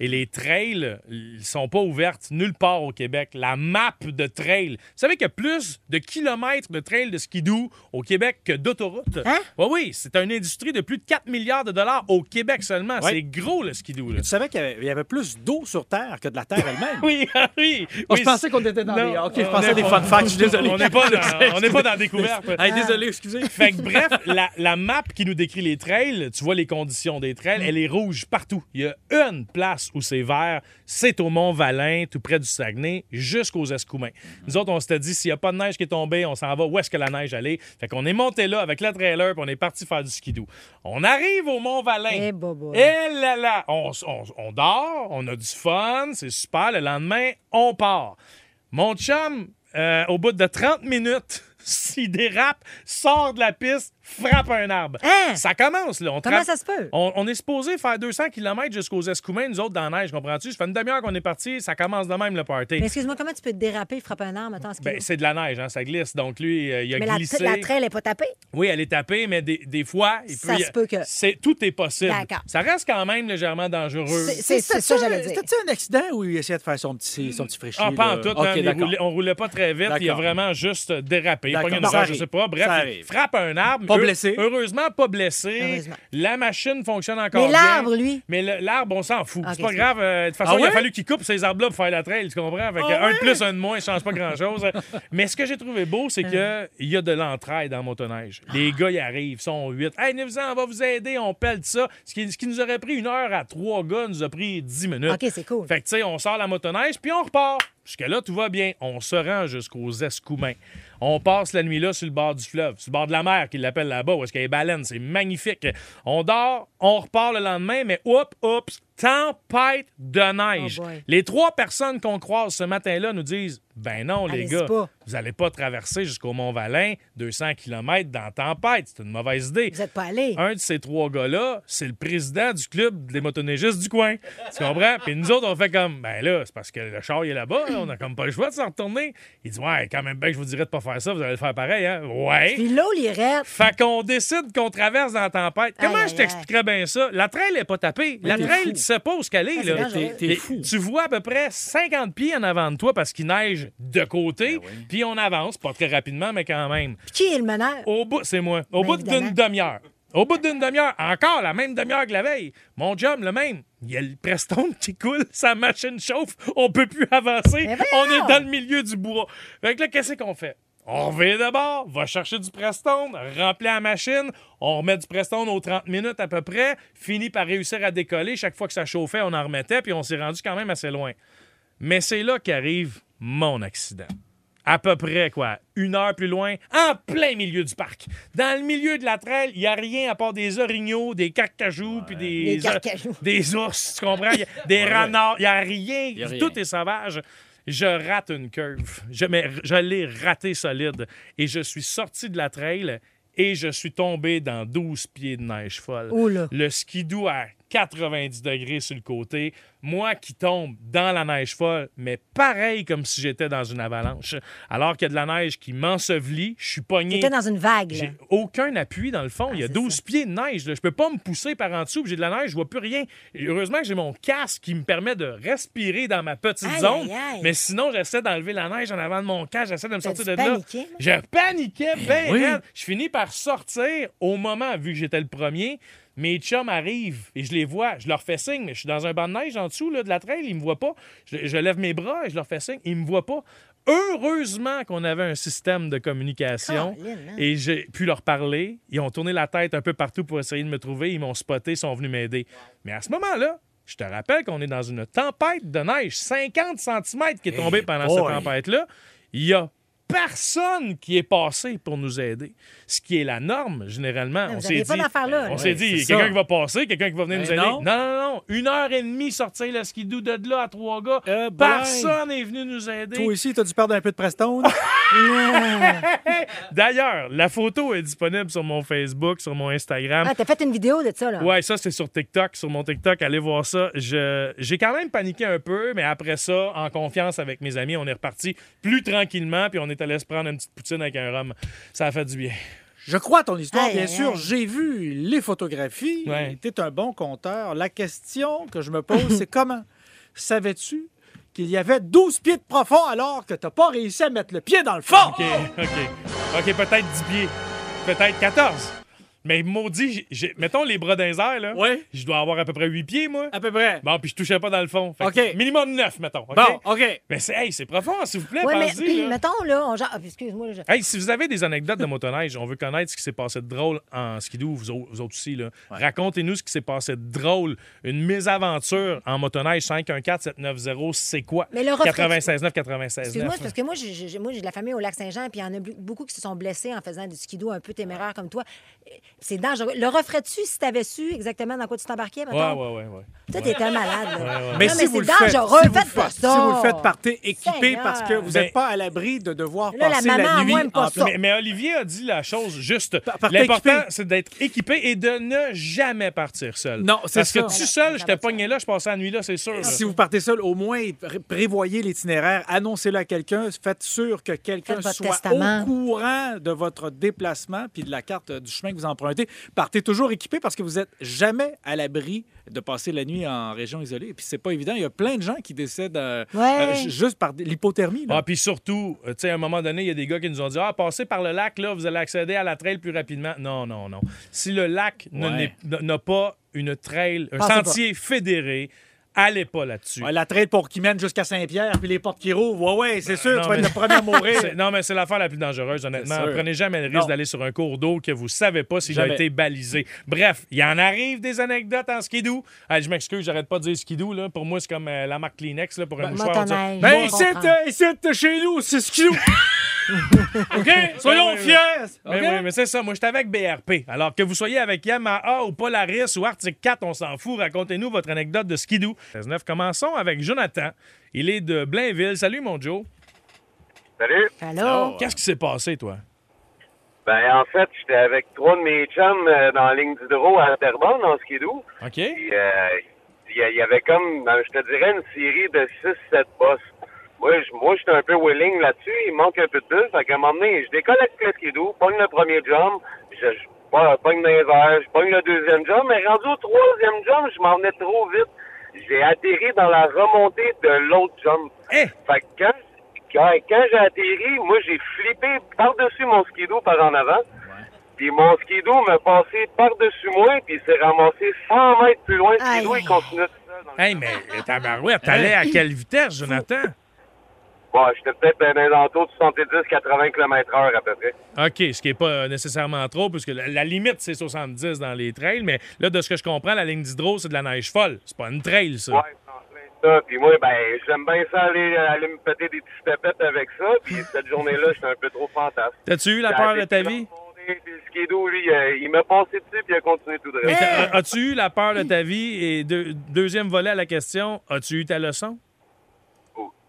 S1: Et les trails, ils sont pas ouvertes nulle part au Québec. La map de trail. Vous savez qu'il y a plus de kilomètres de trails de skidoo au Québec que d'autoroutes?
S3: Hein?
S1: Oui, oui. C'est une industrie de plus de 4 milliards de dollars au Québec seulement.
S3: Ouais.
S1: C'est gros, le skidoo, là.
S3: tu savais qu'il y avait- il y avait plus d'eau sur Terre que de la Terre elle-même.
S1: Oui, ah oui.
S3: Oh,
S1: Oui,
S3: je pensais qu'on était dans
S1: non,
S3: les... OK, je
S1: on
S3: pensais
S1: est
S3: des
S1: pas-
S3: fun facts, je suis désolé.
S1: On n'est pas, dans- on n'est pas dans la découverte.
S3: Hey, désolé, excusez.
S1: Fait que bref, la, la map qui nous décrit les trails, tu vois les conditions des trails, elle est rouge partout. Il y a une place où c'est vert, c'est au Mont-Valin, tout près du Saguenay, jusqu'aux Escoumins. Nous autres, on s'était dit, s'il n'y a pas de neige qui est tombée, on s'en va, où est-ce que la neige allait? Fait qu'on est monté là avec le trailer, puis on est parti faire du skidoo. On arrive au Mont-Valin.
S2: Eh, bobo.
S1: ben. Eh là là! On, s- on- on dort, on a du fun, c'est super. Le lendemain, on part. Mon chum, euh, au bout de 30 minutes, s'il dérape, sort de la piste, frappe un arbre.
S2: Hein?
S1: Ça commence, là. On
S2: Comment
S1: tra-
S2: ça se peut?
S1: on, on est supposé faire 200 km jusqu'aux Escoumins, nous autres, dans la neige, comprends-tu? Ça fait une demi-heure qu'on est parti, ça commence de même, le party.
S2: Mais Excuse-moi, comment tu peux te déraper, frapper un arme, attends, ce
S1: Ben, c'est de la neige, hein, ça glisse. Donc, lui, euh, il a
S2: Mais la,
S1: glissé.
S2: la traîne n'est pas tapée.
S1: Oui, elle est tapée, mais des, des fois, il
S2: Ça
S1: y-
S2: se peut que-
S1: c'est- tout est possible.
S2: D'accord.
S1: Ça reste quand même légèrement dangereux.
S2: C'est- C'est c'est ça, j'allais dire.
S3: C'était-tu un accident où il essayait de faire son petit, son petit fraîchier?
S1: Ah, pas en
S3: là?
S1: tout.
S3: OK,
S1: hein, il
S3: d'accord.
S1: roulait- on roulait pas très vite. Il a
S3: D'accord.
S1: vraiment juste dérapé. Il a
S3: D'accord.
S1: pogné une
S3: Bon,
S1: sorte,
S3: ça
S1: je
S3: arrive.
S1: sais pas. Bref,
S3: Ça
S1: il
S3: arrive.
S1: frappe un arbre.
S3: Pas
S1: Heu-
S3: blessé.
S1: Heureusement, pas blessé.
S2: Heureusement.
S1: La machine fonctionne encore
S2: Mais
S1: bien.
S2: l'arbre, lui.
S1: Mais le- l'arbre, on s'en fout.
S2: Ok,
S1: c'est pas
S2: c'est-
S1: grave. euh, de toute façon,
S3: Ah
S1: il a
S3: ouais?
S1: fallu qu'il coupe ces arbres-là pour faire la trail. Tu comprends? Fait que
S2: Ah
S1: un de plus, un de moins, ça change pas grand-chose. Mais ce que j'ai trouvé beau, c'est
S2: Euh.
S1: qu'il y a de l'entraide en motoneige. Les
S2: Ah.
S1: gars, ils arrivent, ils sont huit. Hey, venez on va vous aider, on pèle de ça. Ce qui, ce qui nous aurait pris une heure à trois gars nous a pris dix minutes.
S2: OK, c'est cool.
S1: Fait que, tu sais, on sort la motoneige, puis on repart. Jusque-là, tout va bien. On se rend jusqu'aux Escoumins. On passe la nuit là sur le bord du fleuve, sur le bord de la mer, qu'ils l'appellent là-bas, où est-ce qu'il y a les baleines. C'est magnifique. On dort, on repart le lendemain, mais oups, oups, tempête de neige.
S2: Oh boy.
S1: les trois personnes qu'on croise ce matin-là nous disent Ben non, les
S2: Allez-y
S1: gars,
S2: pas.
S1: vous n'allez pas traverser jusqu'au Mont-Valin, 200 km dans tempête. C'est une mauvaise idée
S2: Vous n'êtes pas allé.
S1: un de ces trois gars-là, c'est le président du club des motoneigistes du coin. Tu comprends? Puis nous autres, on fait comme, ben là, c'est parce que le char, il est là-bas, là, on a comme pas le choix de s'en retourner. Il dit, ouais, quand même, ben, que je vous dirais de pas faire ça, vous allez le faire pareil, hein? Ouais.
S2: Puis l'eau, l'irette.
S1: Fait qu'on décide qu'on traverse dans la tempête. Comment
S2: Aïe, aïe,
S1: je t'expliquerais bien ça? La trail est pas tapée. La
S3: t'es
S1: trail,
S3: fou.
S1: tu sais pas où ce qu'elle est,
S2: Ah, c'est
S1: là.
S2: dangereux. T'es-
S3: t'es
S1: Et
S3: fou.
S1: Tu vois à peu près 50 pieds en avant de toi parce qu'il neige de côté, puis on avance, pas très rapidement, mais quand même.
S2: Puis qui est le meneur?
S1: Au bout, c'est moi. Au
S2: Ben,
S1: bout
S2: évidemment.
S1: d'une demi-heure. Au bout d'une demi-heure, encore la même demi-heure que la veille. Mon job, le même. Il y a le Preston qui coule, sa machine chauffe, on peut plus avancer.
S2: Mais voyons!
S1: On est dans le milieu du bois. Fait que là, qu'est-ce qu'on fait? On revient d'abord, va chercher du Prestone, remplir la machine, on remet du Prestone aux 30 minutes à peu près, finit par réussir à décoller. Chaque fois que ça chauffait, on en remettait, puis on s'est rendu quand même assez loin. Mais c'est là qu'arrive mon accident. À peu près, quoi, une heure plus loin, en plein milieu du parc. Dans le milieu de la traîne, il n'y a rien à part des orignaux, des carcajous, puis des...
S2: Des carcajous.
S1: des ours, tu comprends? Il y a des renards, il n'y a rien.
S3: a rien.
S1: Tout est sauvage. Je rate une curve. Je, mais je l'ai raté solide. Et je suis sorti de la trail et je suis tombé dans 12 pieds de neige folle.
S2: Oula.
S1: Le skidoo à 90 degrés sur le côté. Moi qui tombe dans la neige folle, mais pareil comme si j'étais dans une avalanche. Alors qu'il y a de la neige qui m'ensevelit, je suis pogné.
S2: J'étais dans une vague. là.
S1: J'ai aucun appui dans le fond. Il y a
S2: Ah, c'est
S1: 12
S2: ça.
S1: pieds de neige. là. Je peux pas me pousser par en dessous. puis J'ai de la neige, je vois plus rien. Et heureusement que j'ai mon casque qui me permet de respirer dans ma petite
S2: Aïe,
S1: zone.
S2: aïe, aïe.
S1: Mais sinon, j'essaie d'enlever la neige en avant de mon casque. J'essaie de me
S2: T'as
S1: sortir
S2: dû
S1: de là.
S2: paniquer, là.
S1: Je paniquais ben
S3: oui.
S1: raide. Je finis par sortir au moment, vu que j'étais le premier. Mes chums arrivent et je les vois. Je leur fais signe, mais je suis dans un banc de neige en dessous là, de la trail. Ils me voient pas. Je, je lève mes bras et je leur fais signe. Ils me voient pas. Heureusement qu'on avait un système de communication.
S2: Colin, hein.
S1: Et j'ai pu leur parler. Ils ont tourné la tête un peu partout pour essayer de me trouver. Ils m'ont spoté, sont venus m'aider. Mais à ce moment-là, je te rappelle qu'on est dans une tempête de neige, 50 cm qui est tombée pendant
S3: Ben boy.
S1: cette tempête-là. Il y a personne qui est passé pour nous aider, ce qui est la norme généralement.
S2: Mais
S1: on
S2: vous
S1: s'est
S2: aviez
S1: dit,
S2: pas d'affaire là, là.
S1: on s'est
S3: Ouais,
S1: dit,
S3: c'est ça.
S1: quelqu'un qui va passer, quelqu'un qui va venir
S3: Mais
S1: nous aider.
S3: non.
S1: Non, non, non, une heure et demie sortir le skidoo de là à trois gars.
S3: Euh, ben.
S1: personne n'est venu nous aider.
S3: Toi aussi, t'as dû perdre un peu de Prestone.
S2: Ah.
S1: D'ailleurs, la photo est disponible sur mon Facebook, sur mon Instagram.
S2: Ah, t'as fait une vidéo de ça, là.
S1: Ouais, ça, c'est sur TikTok, sur mon TikTok. Allez voir ça. Je- J'ai quand même paniqué un peu, mais après ça, en confiance avec mes amis, on est reparti plus tranquillement, puis on est allé se prendre une petite poutine avec un rhum. Ça a fait du bien.
S3: Je crois à ton histoire,
S2: Aïe,
S3: bien
S2: aïe,
S3: sûr.
S2: aïe.
S3: J'ai vu les photographies.
S1: Ouais.
S3: T'es un bon compteur. La question que je me pose, c'est comment savais-tu qu'il y avait 12 pieds de profond alors que t'as pas réussi à mettre le pied dans le fond?
S1: OK, OK. OK, peut-être 10 pieds. Peut-être 14. Mais maudit, j'ai- j'ai- mettons les bras d'un là.
S3: Oui,
S1: Je dois avoir à peu près 8 pieds, moi.
S3: à peu près.
S1: Bon, puis je touchais pas dans le fond. Fait que
S3: OK.
S1: Minimum 9, mettons. OK?
S3: Bon, OK.
S1: Mais c'est hey, c'est profond, s'il vous plaît,
S2: Ouais, mais
S1: pensez-y, là.
S2: mettons, là, on genre. ah, excuse-moi, là, je-
S1: Hey, si vous avez des anecdotes de motoneige, on veut connaître ce qui s'est passé de drôle en skidoo, vous, au- vous autres aussi. là. Racontez-nous ce qui s'est passé de drôle. Une mésaventure en motoneige 514-790, c'est quoi?
S2: Mais le refrain-
S1: 96 9 96
S2: Excuse-moi, c'est parce que moi, j'ai- j'ai moi, j'ai de la famille au lac Saint-Jean, puis il y en a bu- beaucoup qui se sont blessés en faisant du skido un peu téméraire comme toi. Et C'est dangereux. Le referais-tu si t'avais su exactement dans quoi tu t'embarquais?
S1: Ouais,
S2: mettons?
S1: ouais, ouais. ouais.
S2: Toi, t'étais malade. là.
S1: ouais.
S2: Non,
S3: Mais si
S2: c'est
S3: vous le faites, si
S2: dangereux.
S3: vous le
S2: faites pas
S3: faites, si
S2: ça.
S3: vous le faites, partez équipé
S2: Seigneur.
S3: parce que vous
S1: Ben-
S3: n'êtes pas à l'abri de devoir
S2: Là, la
S3: passer
S2: maman,
S3: la
S2: elle
S3: nuit
S2: m'aime pas
S3: en
S2: ça.
S3: plein-
S1: Mais, mais Olivier a dit la chose juste.
S3: partez
S1: L'important,
S3: équipé.
S1: c'est d'être équipé et de ne jamais partir seul.
S3: Non, c'est ça.
S1: Parce que tu seul, je te pognais là, je passais la nuit là, c'est sûr. là.
S3: Si vous partez seul, au moins pré- prévoyez l'itinéraire, annoncez-le à quelqu'un, faites sûr que quelqu'un
S2: Faites votre
S3: soit
S2: testament.
S3: au courant de votre déplacement puis de la carte euh, du chemin que vous empruntez. Partez toujours équipé parce que vous n'êtes jamais à l'abri de passer la nuit en région isolée. Et puis c'est pas évident, il y a plein de gens qui décèdent euh,
S2: Ouais.
S3: euh, ju- juste par d- l'hypothermie. là.
S1: Ah, puis surtout, euh, tu sais, à un moment donné, il y a des gars qui nous ont dit Ah, passez par le lac, là, vous allez accéder à la trail plus rapidement. Non, non, non. Si le lac ne-
S3: Ouais.
S1: n'est- n'a n'a pas une trail, un
S2: Passez
S1: sentier fédéré, allez pas là-dessus.
S3: Ouais, la traite pour qui mène jusqu'à Saint-Pierre puis les portes qui rouvrent. Ouais, ouais, c'est sûr,
S1: Euh, non,
S3: tu vas
S1: mais-
S3: être le premier à mourir.
S1: C'est- Non, mais c'est l'affaire la plus dangereuse, honnêtement.
S3: C'est sûr.
S1: Prenez jamais le risque
S3: Non.
S1: d'aller sur un cours d'eau que vous savez pas s'il a
S3: Jamais.
S1: été balisé. Bref, il en arrive des anecdotes en skidoo. Ah, je m'excuse, j'arrête pas de dire skidoo. Là. Pour moi, c'est comme euh, la marque Kleenex là, pour un mouchoir. on dit-
S2: motoneige.
S3: Ben,
S2: Je
S3: ici,
S2: comprends.
S3: euh, ici, euh, chez nous, c'est ce qui nous. OK? Soyons
S1: Ben oui, oui.
S3: fiers.
S1: Mais
S3: OK?
S1: oui, mais c'est ça. Moi, j'étais avec BRP. Alors que vous soyez avec Yamaha ou Polaris ou Arctic 4, on s'en fout. Racontez-nous votre anecdote de skidoo. 19, commençons avec Jonathan. Il est de Blainville. Salut, mon Joe. Oh.
S7: Salut.
S2: Allô?
S1: Qu'est-ce qui s'est passé, toi?
S7: Ben, en fait, j'étais avec trois de mes chums euh, dans la ligne d'hydro à Terrebonne, en skidoo.
S1: OK.
S7: Puis, euh, il y a- il y avait comme, ben, je te dirais, une série de 6-7 bosses. Moi, je- moi, j'étais un peu willing là-dessus. Il manque un peu de bus. Fait qu'à un moment donné, je décolle avec le skidoo, pogne le premier jump, je, je po- pogne dans les airs, je pogne le deuxième jump. Mais rendu au troisième jump, je m'en venais trop vite. J'ai atterri dans la remontée de l'autre jump.
S1: Eh!
S7: Fait que quand, quand, quand j'ai atterri, moi, j'ai flippé par-dessus mon skido par en avant. Puis mon skido m'a passé par-dessus moi, puis il s'est ramassé 100 mètres plus loin. Le skido,
S2: Aïe.
S7: il continue tout ça. dans le-
S1: Hey, mais ta
S3: Hein?
S1: marouette, t'allais à quelle vitesse, Jonathan?
S7: Bon, j'étais peut-être dans les alentours de 70-80 km/h à peu près.
S1: OK, ce qui n'est pas nécessairement trop, puisque la, la limite, c'est 70 dans les trails, mais là, de ce que je comprends, la ligne d'hydro, c'est de la neige folle. C'est pas une trail, ça.
S7: Ouais, c'est en plein ça. Puis moi, ben, j'aime bien ça aller, euh, aller me péter des petites pépettes avec ça. Puis cette journée-là, j'étais un peu trop fantasme.
S1: T'as-tu eu la peur de ta
S7: J'ai
S1: vie?
S7: remonté, puis Le skido, lui, il, a- il m'a passé dessus, puis il a continué tout droit.
S1: Mais t'as- Euh, ah, As-tu eu la peur de ta vie? Et deux- deuxième volet à la question, as-tu eu ta leçon?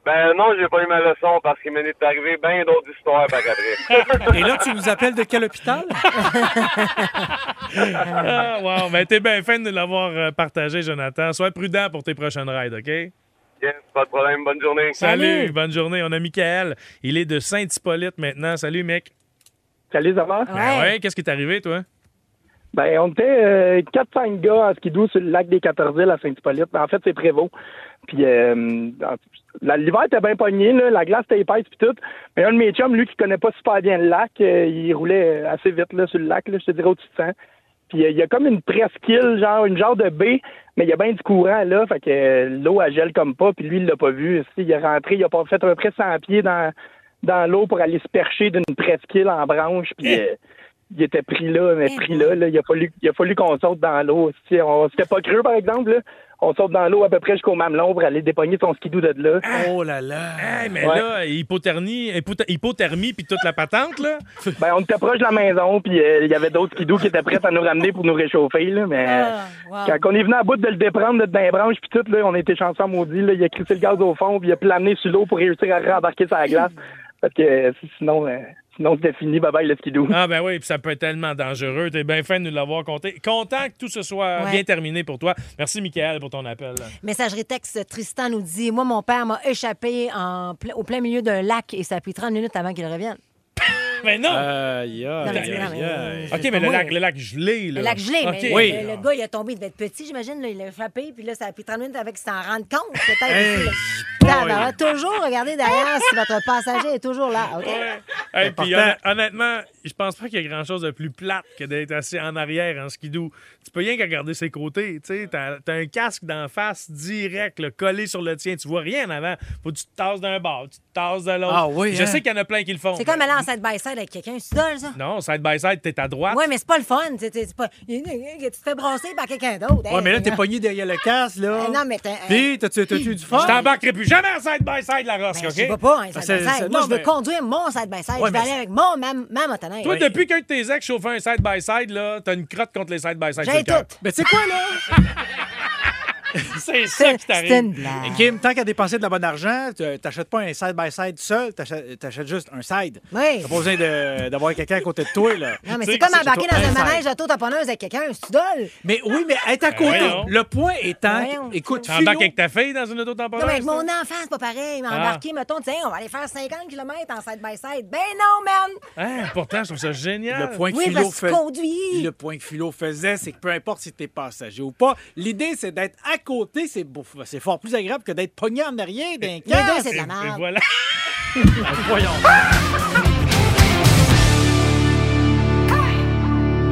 S7: Ben non, j'ai pas eu ma leçon parce qu'il m'en est arrivé bien d'autres histoires par après.
S3: Et là, tu nous appelles de quel hôpital?
S1: Ah, wow, ben t'es bien fin de l'avoir euh, partagé, Jonathan. Sois prudent pour tes prochaines rides, OK?
S7: yes, pas de problème, bonne journée.
S1: Salut, bonne journée. On a Michael. Il est de Saint-Hippolyte maintenant. Salut, mec.
S8: Salut, ça va?
S1: Ah
S2: Ouais.
S1: Ouais, qu'est-ce qui est arrivé, toi?
S8: Ben, on était euh, 4-5 gars en skidoo sur le lac des 14 îles à Saint-Hippolyte. En fait, c'est Prévost. Puis, euh, en- la- l'hiver était bien pogné, là, la glace était épaisse puis tout. Mais un de mes chums, lui, qui connaît pas super bien le lac, euh, il roulait assez vite là, sur le lac, là, je te dirais au-dessus de 100. Puis, euh, il y a comme une presqu'île, genre une genre de baie, mais il y a bien du courant, là. Fait que euh, l'eau, elle gèle comme pas, puis lui, il l'a pas vu. Il est rentré, il a pas fait à peu près 100 pieds dans, dans l'eau pour aller se percher d'une presqu'île en branche, puis... euh, il était pris là, mais pris là, là. Il a fallu, il a fallu qu'on saute dans l'eau. Si on c'était pas creux, par exemple, là, on saute dans l'eau à peu près jusqu'au mamelon pour aller dépogner son skidou de là.
S3: Oh là là!
S1: Hey, Eh, mais
S8: Ouais.
S1: là, hypothermie, hypothe- hypothermie puis toute la patente, là.
S8: Ben, on était proche de la maison, puis euh, il y avait d'autres skidous qui étaient prêts à nous ramener pour nous réchauffer, là, mais...
S2: Ah, wow.
S8: Quand on est venu à bout de le déprendre de dans les branches puis tout, là, on était chanceux maudit. Là. Il a crissé le gaz au fond, puis il a pu l'amener sur l'eau pour réussir à rembarquer sa glace. Parce que euh, sinon, euh, sinon c'était fini, bye bye le skidou.
S1: Ah ben oui, puis ça peut être tellement dangereux. T'es bien fin de nous l'avoir compté. Content que tout ce soit
S2: Ouais.
S1: bien terminé pour toi. Merci, Michael, pour ton appel.
S2: Messagerie texte, Tristan nous dit Moi, mon père m'a échappé en ple- au plein milieu d'un lac et ça a pris 30 minutes avant qu'il revienne.
S1: Mais non!
S3: Aïe, aïe,
S2: mais-
S3: aïe, aïe. Ah,
S1: OK, mais le lac, le lac gelé, là.
S2: Le lac gelé,
S1: OK.
S2: mais
S3: Oui.
S2: le, le gars, il a tombé, il devait être petit, j'imagine. là, Il a frappé, puis là, ça a pris 30 minutes avant qu'il s'en rende compte, peut-être. aussi, là. Regarde, alors, toujours regardez derrière si votre passager est toujours là. OK?
S1: Ouais. Hey, puis honn- honnêtement, je pense pas qu'il y a grand chose de plus plate que d'être assis en arrière en skidoo. Tu peux rien que regarder ses côtés. Tu sais, t'as t'as un casque d'en face direct, là, collé sur le tien. Tu vois rien en avant. Faut que tu te tasses d'un bord, tu te tasses de l'autre.
S3: Ah oui,
S1: Je
S3: hein?
S1: sais qu'il y en a plein qui le font.
S2: C'est comme aller en side-by-side avec quelqu'un, c'est dole, ça?
S1: Non, side by side, t'es à
S3: Ah.
S1: droite.
S2: Ouais, mais c'est pas le fun. C'est c'est- c'est pas... il y en a qui- Tu te fais brasser par quelqu'un d'autre.
S3: Ouais, mais là,
S2: Hey,
S3: t'es pogné derrière le casque, là.
S2: Eh non, mais t'as-
S3: Puis, t'as-tu t'as-tu eu du fun? Ah,
S1: Je t'embarquerai plus jamais en side by side, la rosque,
S2: Ben,
S1: OK?
S2: j'y vais pas, hein, side
S3: c'est-
S2: by
S3: c'est-
S2: side. Moi,
S3: non,
S2: je veux
S3: mais-
S2: conduire mon side-by-side.
S3: Ouais,
S2: je vais
S3: mais
S2: aller
S3: c'est-
S2: avec mon, ma, ma motoneige.
S1: Toi, depuis qu'un de tes ex chauffait un side by side, là, t'as une crotte contre les side by side. sur
S2: J'ai
S1: le cœur.
S2: tout.
S3: Mais tu sais quoi, là?
S1: C'est ça qui
S2: C'était Ah! une
S1: t'arrive.
S2: blague.
S3: Kim, tant qu'à dépenser de la bonne argent, tu- euh, t'achètes pas un side-by-side seul, t'achètes t'achètes juste un side.
S2: Oui.
S3: T'as pas besoin de- d'avoir quelqu'un à côté de toi, là.
S2: Non, mais
S1: Tu sais
S2: c'est comme
S1: que c'est
S2: embarquer
S3: toi,
S2: dans un
S3: un
S2: manège
S3: side.
S2: d'auto-tamponneuse avec quelqu'un, c'est dole.
S3: Mais oui, mais être à côté.
S1: voyons.
S3: le point étant,
S2: Voyons.
S3: écoute, Philo,
S1: T'embarques avec ta fille dans une auto
S2: Non,
S1: temporaire.
S2: mais avec mon enfant, c'est pas pareil.
S3: Ah.
S2: Mais embarquer, mettons, tiens, on va aller faire 50 km en side-by-side. Ben non, man!
S1: Hein, pourtant, je trouve ça génial.
S3: le point que
S2: Oui,
S3: Philo
S2: parce que
S3: fait-
S2: tu conduis.
S3: Le point que Philo faisait, c'est que peu importe si t'es passager ou pas, l'idée, c'est d'être à côté. C'est beau- c'est fort plus agréable que d'être pogné en arrière d'un
S2: Les deux,
S3: casque.
S2: c'est de la
S1: Et
S2: merde.
S1: voilà.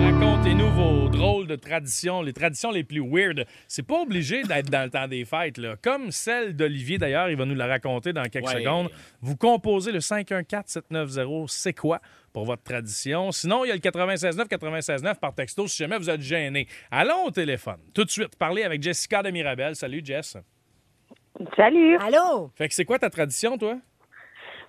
S1: Racontez-nous vos drôles de traditions, les traditions les plus weird. C'est pas obligé d'être dans le temps des fêtes, là. Comme celle d'Olivier, d'ailleurs, il va nous la raconter dans quelques
S3: Ouais.
S1: secondes. Vous composez le 514-790, c'est quoi pour votre tradition? Sinon, il y a le 969 969 par texto si jamais vous êtes gêné. Allons au téléphone. Tout de suite, parler avec Jessica de Mirabel. Salut, Jess.
S9: Salut.
S2: Allô?
S1: Fait que c'est quoi ta tradition, toi?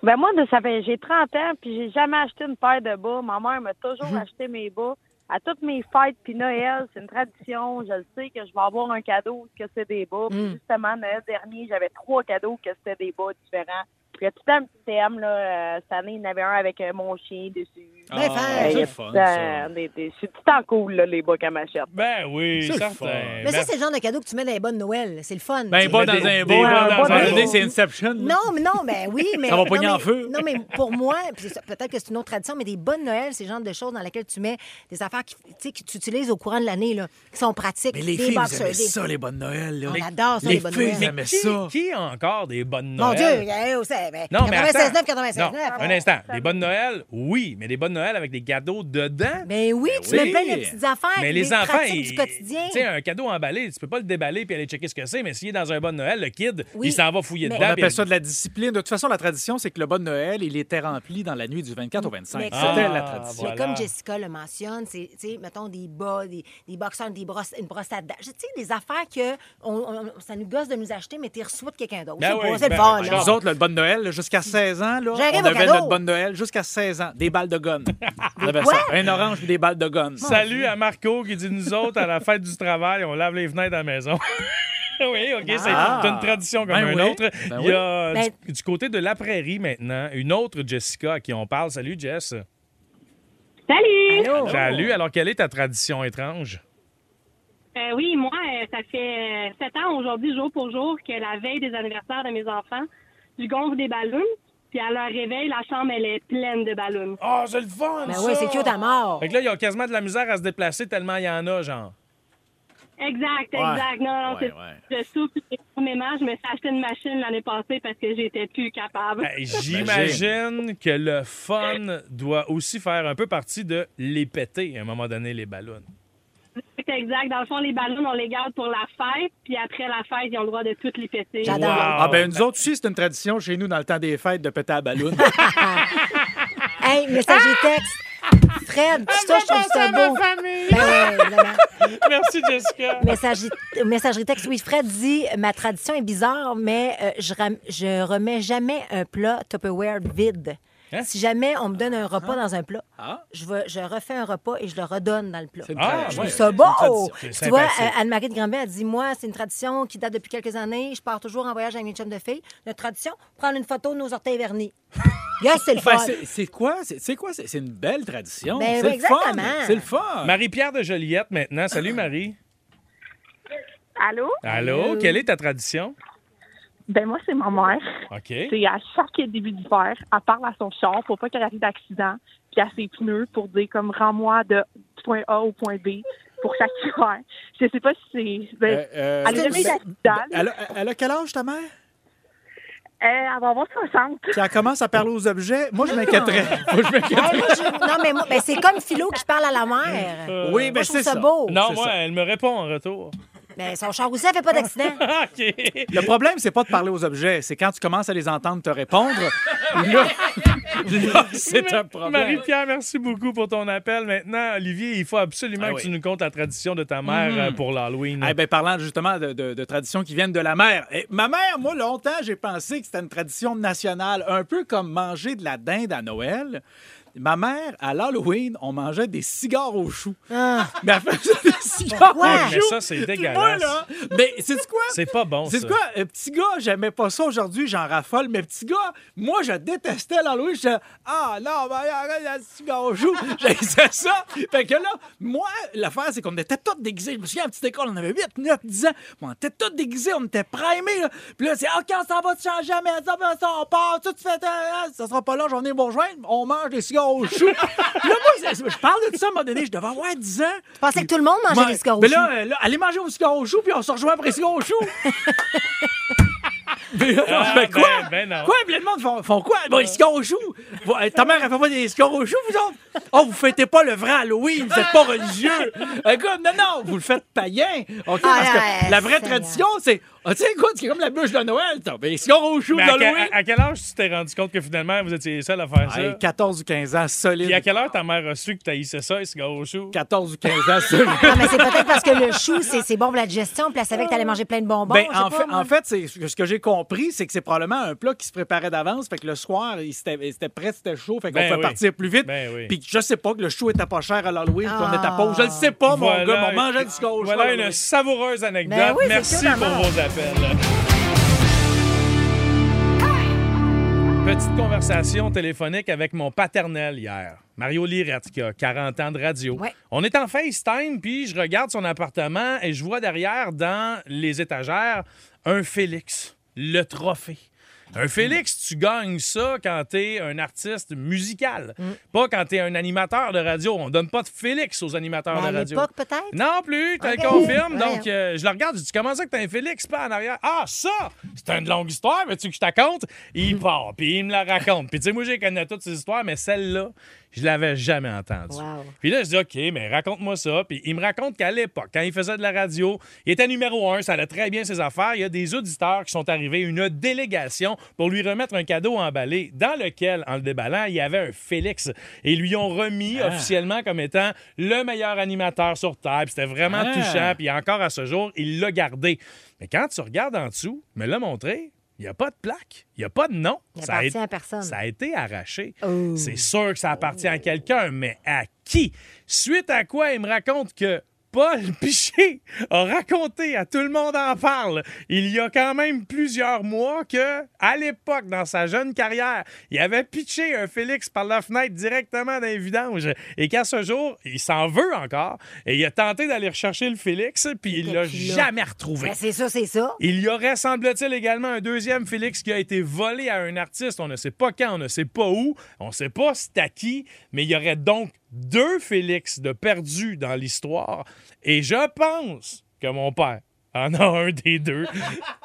S9: Ben moi, de, ça fait, j'ai 30 ans, puis j'ai jamais acheté une paire de bas. Ma mère m'a
S3: Hum.
S9: toujours acheté mes bas. À toutes mes fêtes, puis Noël, c'est une tradition. Je le sais que je vais avoir un cadeau, que c'est des bas. Puis
S3: Hum.
S9: justement, Noël dernier, j'avais trois cadeaux que c'était des bas différents. Puis il y a tout le temps un petit thème, là. Euh, cette année, il y en avait un avec euh, mon chien dessus.
S3: Ah,
S2: Ben, faire.
S9: Euh, il y
S3: c'est
S9: a
S3: le
S9: tout
S3: fun,
S9: le
S3: ça.
S9: temps des- des- C'est tout le temps cool, là, les bas qu'elle m'achète.
S1: Ben oui,
S3: C'est le
S1: certain.
S3: fun.
S2: Mais ça, c'est le genre de cadeau que tu mets dans les bonnes Noël. C'est le fun.
S3: Ben,
S2: Tu-
S3: pas dans
S1: des- des
S3: un beau.
S1: bas dans
S3: dans
S9: un
S3: un
S9: beau.
S3: c'est Inception.
S2: Non, mais non, ben oui, mais.
S3: Ça va
S2: non,
S3: pogner en
S2: mais-
S3: feu.
S2: Non, mais pour moi, puis c'est ça, peut-être que c'est une autre tradition, mais des bonnes Noël, c'est le genre de choses dans lesquelles tu mets des affaires qui, tu sais, que tu utilises au courant de l'année, là, qui sont pratiques.
S3: Mais les
S2: des
S3: filles, vous
S2: boxers,
S3: aimez
S2: des-
S3: ça, les bonnes Noël. Là.
S2: On adore ça, les bonnes
S3: filles,
S2: Noël.
S3: vous aimez
S1: Qui,
S3: ça.
S1: qui a encore des bonnes Noël?
S2: Mon Dieu, eh, oh, c'est. Ben,
S1: Non, mais
S2: 96
S1: attends.
S2: 9, 96
S1: Non,
S2: 9.
S1: un instant. Des bonnes Noël, oui, mais des bonnes Noël avec des cadeaux dedans.
S2: Ben oui, tu
S3: Ben
S2: mets plein
S3: oui.
S2: de petites affaires,
S1: mais
S2: des
S1: les enfants,
S2: pratiques
S1: ils-
S2: du quotidien.
S1: Tu sais, un cadeau emballé, tu peux pas le déballer puis aller checker ce que c'est, mais s'il est dans un bon Noël, le kid,
S2: Oui.
S1: il s'en va fouiller
S2: Mais-
S1: dedans.
S3: On
S1: puis
S3: appelle
S1: il-
S3: ça de la discipline. De toute façon, la tradition, c'est que le bon Noël, il était rempli dans la nuit du 24 au 25.
S2: Mais
S3: C'était
S1: exactement.
S3: la tradition.
S1: Ah,
S2: Mais
S1: Voilà.
S2: comme Jessica le mentionne, c'est, tu sais, mettons, des bas, des, des boxeurs, des brosses, une brosse à dents. Tu sais, des affaires que on, on- ça nous gosse de nous acheter, mais t'es reçu de quelqu'un d'autre.
S1: Ben
S2: c'est
S1: oui,
S2: pas- c'est
S1: ben,
S2: le fun,
S1: ben,
S2: là.
S3: Nous autres, là, le bon Noël, là, jusqu'à 16 ans, là,
S2: J'arrive
S3: on
S2: au
S3: avait
S2: cadeau.
S3: notre bon Noël jusqu'à 16 ans. Des balles de gun. on avait
S2: quoi?
S3: ça. Un orange puis des balles de gun.
S1: Salut à Marco qui dit nous autres, à la fête du travail, on lave les fenêtres à la maison. oui, OK, c'est
S3: Ah.
S1: c'est une tradition comme
S3: Ben
S1: un
S3: oui.
S1: autre.
S3: Ben
S1: Il y a
S2: oui.
S1: du, du côté de la prairie maintenant, une autre Jessica à qui on parle. Salut, Jess.
S9: Salut!
S1: Salut. Alors, quelle est ta tradition étrange?
S9: Euh, oui, moi, euh, ça fait euh, sept ans aujourd'hui, jour pour jour, que la veille des anniversaires de mes enfants, je gonfle des ballons, puis à leur réveil, la chambre, elle est pleine de ballons.
S1: Ah, c'est le fun,
S2: Ben
S1: ça!
S2: oui, c'est cute à mort.
S1: Fait que là, il y a quasiment de la misère à se déplacer tellement il y en a, genre.
S9: Exact, exact. Non, non, c'est je souffle énormément. Je me suis acheté une machine l'année passée parce que j'étais plus
S2: Ben,
S9: capable.
S1: Hey, J'imagine que le fun doit aussi faire un peu partie de les péter à un moment donné, les ballons.
S9: C'est exact. Dans le fond, les ballons, on les garde pour la fête, puis après la fête, ils ont le droit de toutes les péter.
S2: J'adore.
S3: Ah, ben nous autres aussi, c'est une tradition chez nous dans le temps des fêtes de péter à ballon.
S2: Hey, message et texte. Fred, tu touches, je trouve ça beau. Ben ouais, vraiment.
S1: Merci, Jessica.
S2: Messagerie, messagerie texte, oui. Fred dit Ma tradition est bizarre, mais euh, je, ram- je remets jamais un plat Tupperware vide.
S1: Hein?
S2: Si jamais on me donne un repas dans un plat,
S3: Ah.
S2: je, vais- je refais un repas et je le redonne dans le plat.
S3: C'est une
S1: Ah,
S3: tradition.
S1: ouais.
S2: C'est
S3: C'est une
S2: beau!
S3: tradition.
S1: C'est
S2: Tu vois,
S1: sympathique.
S2: euh, Anne-Marie de Grambay a dit Moi, c'est une tradition qui date depuis quelques années. Je pars toujours en voyage avec mes chums de filles. Notre tradition, prendre une photo de nos orteils vernis. yes, c'est le fun!
S3: Ben, c'est- c'est quoi? C'est c'est quoi? C'est c'est une belle tradition.
S2: Ben
S3: c'est
S2: oui,
S3: le fun.
S2: exactement.
S3: C'est le fun.
S1: Marie-Pierre de Joliette maintenant. Salut, Marie.
S9: Allô?
S1: Allô, quelle est ta tradition?
S9: Ben moi, c'est ma mère.
S1: OK.
S9: C'est à chaque début d'hiver, elle parle à son char pour pas qu'elle arrive d'accident, puis à ses pneus pour dire comme rends-moi de point A au point B pour chaque hiver. Je sais pas si c'est. Ben,
S3: Euh, euh,
S9: elle a jamais eu
S3: ben,
S9: d'accident.
S3: elle, a- elle a quel âge, ta mère?
S9: euh, elle va avoir 60.
S3: Puis elle commence à parler aux objets. Moi, je m'inquiéterais. Moi, je m'inquiéterais.
S2: Hey, Ah, moi, je- Non, mais moi- ben, c'est comme Philo qui parle à la mère.
S3: oui,
S2: Euh, Moi,
S3: ben
S2: je trouve
S3: c'est
S2: ça
S3: ça. euh,
S2: beau.
S1: Non,
S3: c'est
S1: moi,
S3: ça.
S1: elle me répond en retour.
S2: Ben, son char aussi, elle fait pas d'accident.
S1: OK.
S3: Le problème, c'est pas de parler aux objets, c'est quand tu commences à les entendre te répondre. là, là, Ah, c'est un problème.
S1: Marie-Pierre, merci beaucoup pour ton appel. Maintenant, Olivier, il faut absolument
S3: Ah
S1: que
S3: oui. Mm.
S1: tu nous contes la tradition de ta mère euh, pour l'Halloween.
S3: Eh ben, parlant justement de, de- de traditions qui viennent de la mer. Eh, ma mère, moi, longtemps, j'ai pensé que c'était une tradition nationale, un peu comme manger de la dinde à Noël. Ma mère, à l'Halloween, on mangeait des cigares aux choux. Mais elle faisait des cigares
S2: Pourquoi?
S3: aux
S1: Oh, Mais
S3: choux.
S1: ça, c'est
S3: Puis Moi,
S1: dégueulasse. Ah,
S3: là, mais c'est quoi?
S1: C'est pas bon,
S3: C'est
S1: ça.
S3: quoi? Euh, petit gars, j'aimais pas ça aujourd'hui, j'en raffole, mais petit gars, moi, je détestais l'Halloween. Je ah non, ben, arrête, la cigare au joue. J'haïssais ça. Fait que là, moi, l'affaire, c'est qu'on était tous déguisés. Je me souviens, à la petite école, on avait 8, 9, 10 ans. Mais on était tous déguisés, on était primés. Là. Puis là, c'est, OK, on s'en va te changer à la maison, puis ça, on part, tout, tu fais, ta- hein, ça sera pas long, j'en ai pour rejoindre. On mange des cigares au chou. puis là, moi, c'est- je parle de ça à un moment donné, je devais avoir 10 ans.
S2: Je pensais que tout le monde mangeait
S3: Ouais.
S2: des scories.
S3: Mais là, euh, là, allez manger au cigare au chou, puis on se rejoint après les cigares au chou. Mais, euh,
S1: Ah,
S3: ben, quoi?
S1: ben, ben non.
S3: Quoi? Puis le monde font, font quoi? Bon, les cigares au chou. Bon, euh, ta mère, elle fait pas des cigares au chou, vous autres? Oh, vous fêtez pas le vrai Halloween, vous êtes pas religieux. Euh, comme, non, non, vous le faites païen. OK?
S2: Ah,
S3: parce que
S2: ouais,
S3: la vraie
S2: Seigneur.
S3: tradition, c'est. Ah, tu sais, écoute, c'est comme la bûche de Noël, t'as ben, les cigares au chou
S1: Mais à, que-
S3: d'Halloween.
S1: à- à quel âge tu t'es rendu compte que finalement, vous étiez seul à faire ça?
S3: Hey, 14 ou 15 ans, solide.
S1: Puis à quelle heure ta mère a su que t'haïssais ça, et ce gars au chou?
S3: 14 ou 15 ans, solide.
S2: Non, mais c'est peut-être parce que le chou, c'est c'est bon pour la digestion. Puis elle savait que t'allais manger plein de bonbons.
S3: Ben,
S2: je sais
S3: en,
S2: pas,
S3: fait,
S2: moi.
S3: en fait, c'est- ce que- ce que j'ai compris, c'est que c'est probablement un plat qui se préparait d'avance. Fait que le soir, il- c'était il- c'était prêt, c'était chaud. Fait qu'on
S1: Ben
S3: peut
S1: oui.
S3: partir plus vite.
S1: Ben oui.
S3: Puis je sais pas que le chou était pas cher à l'Halloween, qu'on était
S2: Ah.
S3: pauvre. Je le sais pas, mon
S1: Voilà
S3: gars, mais
S1: une-
S3: on mangeait du scotch.
S1: Voilà une savoureuse anecdote.
S2: Ben oui, c'est
S1: Merci
S2: sûr,
S1: pour
S2: maman.
S1: vos appels. Petite conversation téléphonique avec mon paternel hier. Mario Lirette, qui a 40 ans de radio.
S2: Ouais.
S1: On est en FaceTime, puis je regarde son appartement et je vois derrière, dans les étagères, un Félix, le trophée. Un
S2: Mm.
S1: Félix, tu gagnes ça quand t'es un artiste musical,
S2: Mm.
S1: pas quand t'es un animateur de radio. On donne pas de Félix aux animateurs
S2: Ben, à
S1: de radio.
S2: l'époque, peut-être.
S1: Non plus, tu
S2: Ok.
S1: le confirmes.
S2: Ouais.
S1: Donc, euh, je le regarde, je dis Comment ça que t'as un Félix pas en arrière Ah, ça C'est une longue histoire, veux-tu que je te raconte Il part, puis il me la raconte. Puis, tu sais, moi, j'ai connais toutes ces histoires, mais celle-là, je l'avais jamais entendue.
S2: Wow.
S1: Puis là, je dis OK, mais raconte-moi ça. Puis il me raconte qu'à l'époque, quand il faisait de la radio, il était numéro un, ça allait très bien ses affaires. Il y a des auditeurs qui sont arrivés, une délégation, pour lui remettre un cadeau emballé, dans lequel, en le déballant, il y avait un Félix. Et ils lui ont remis officiellement comme étant le meilleur animateur sur Terre. Puis c'était vraiment
S3: Ah.
S1: touchant. Puis encore à ce jour, il l'a gardé. Mais quand tu regardes en dessous, me l'a montré. Il n'y a pas de plaque, il n'y a pas de nom.
S2: Il
S1: Ça a
S2: appartient
S1: été-
S2: à personne.
S1: Ça a été arraché.
S2: Oh.
S1: C'est sûr que ça appartient à quelqu'un, mais à qui? Suite à quoi, il me raconte que Paul Piché a raconté à Tout le monde en parle il y a quand même plusieurs mois que, à l'époque, dans sa jeune carrière, il avait pitché un Félix par la fenêtre directement dans les vidanges et qu'à ce jour, il s'en veut encore et il a tenté d'aller rechercher le Félix puis il l'a
S2: plus là.
S1: jamais retrouvé.
S2: Ben, c'est ça, c'est ça.
S1: Il y aurait, semble-t-il, également un deuxième Félix qui a été volé à un artiste. On ne sait pas quand, on ne sait pas où, on ne sait pas c'est à qui, mais il y aurait donc deux Félix de perdus dans l'histoire. Et je pense que mon père en a un des deux.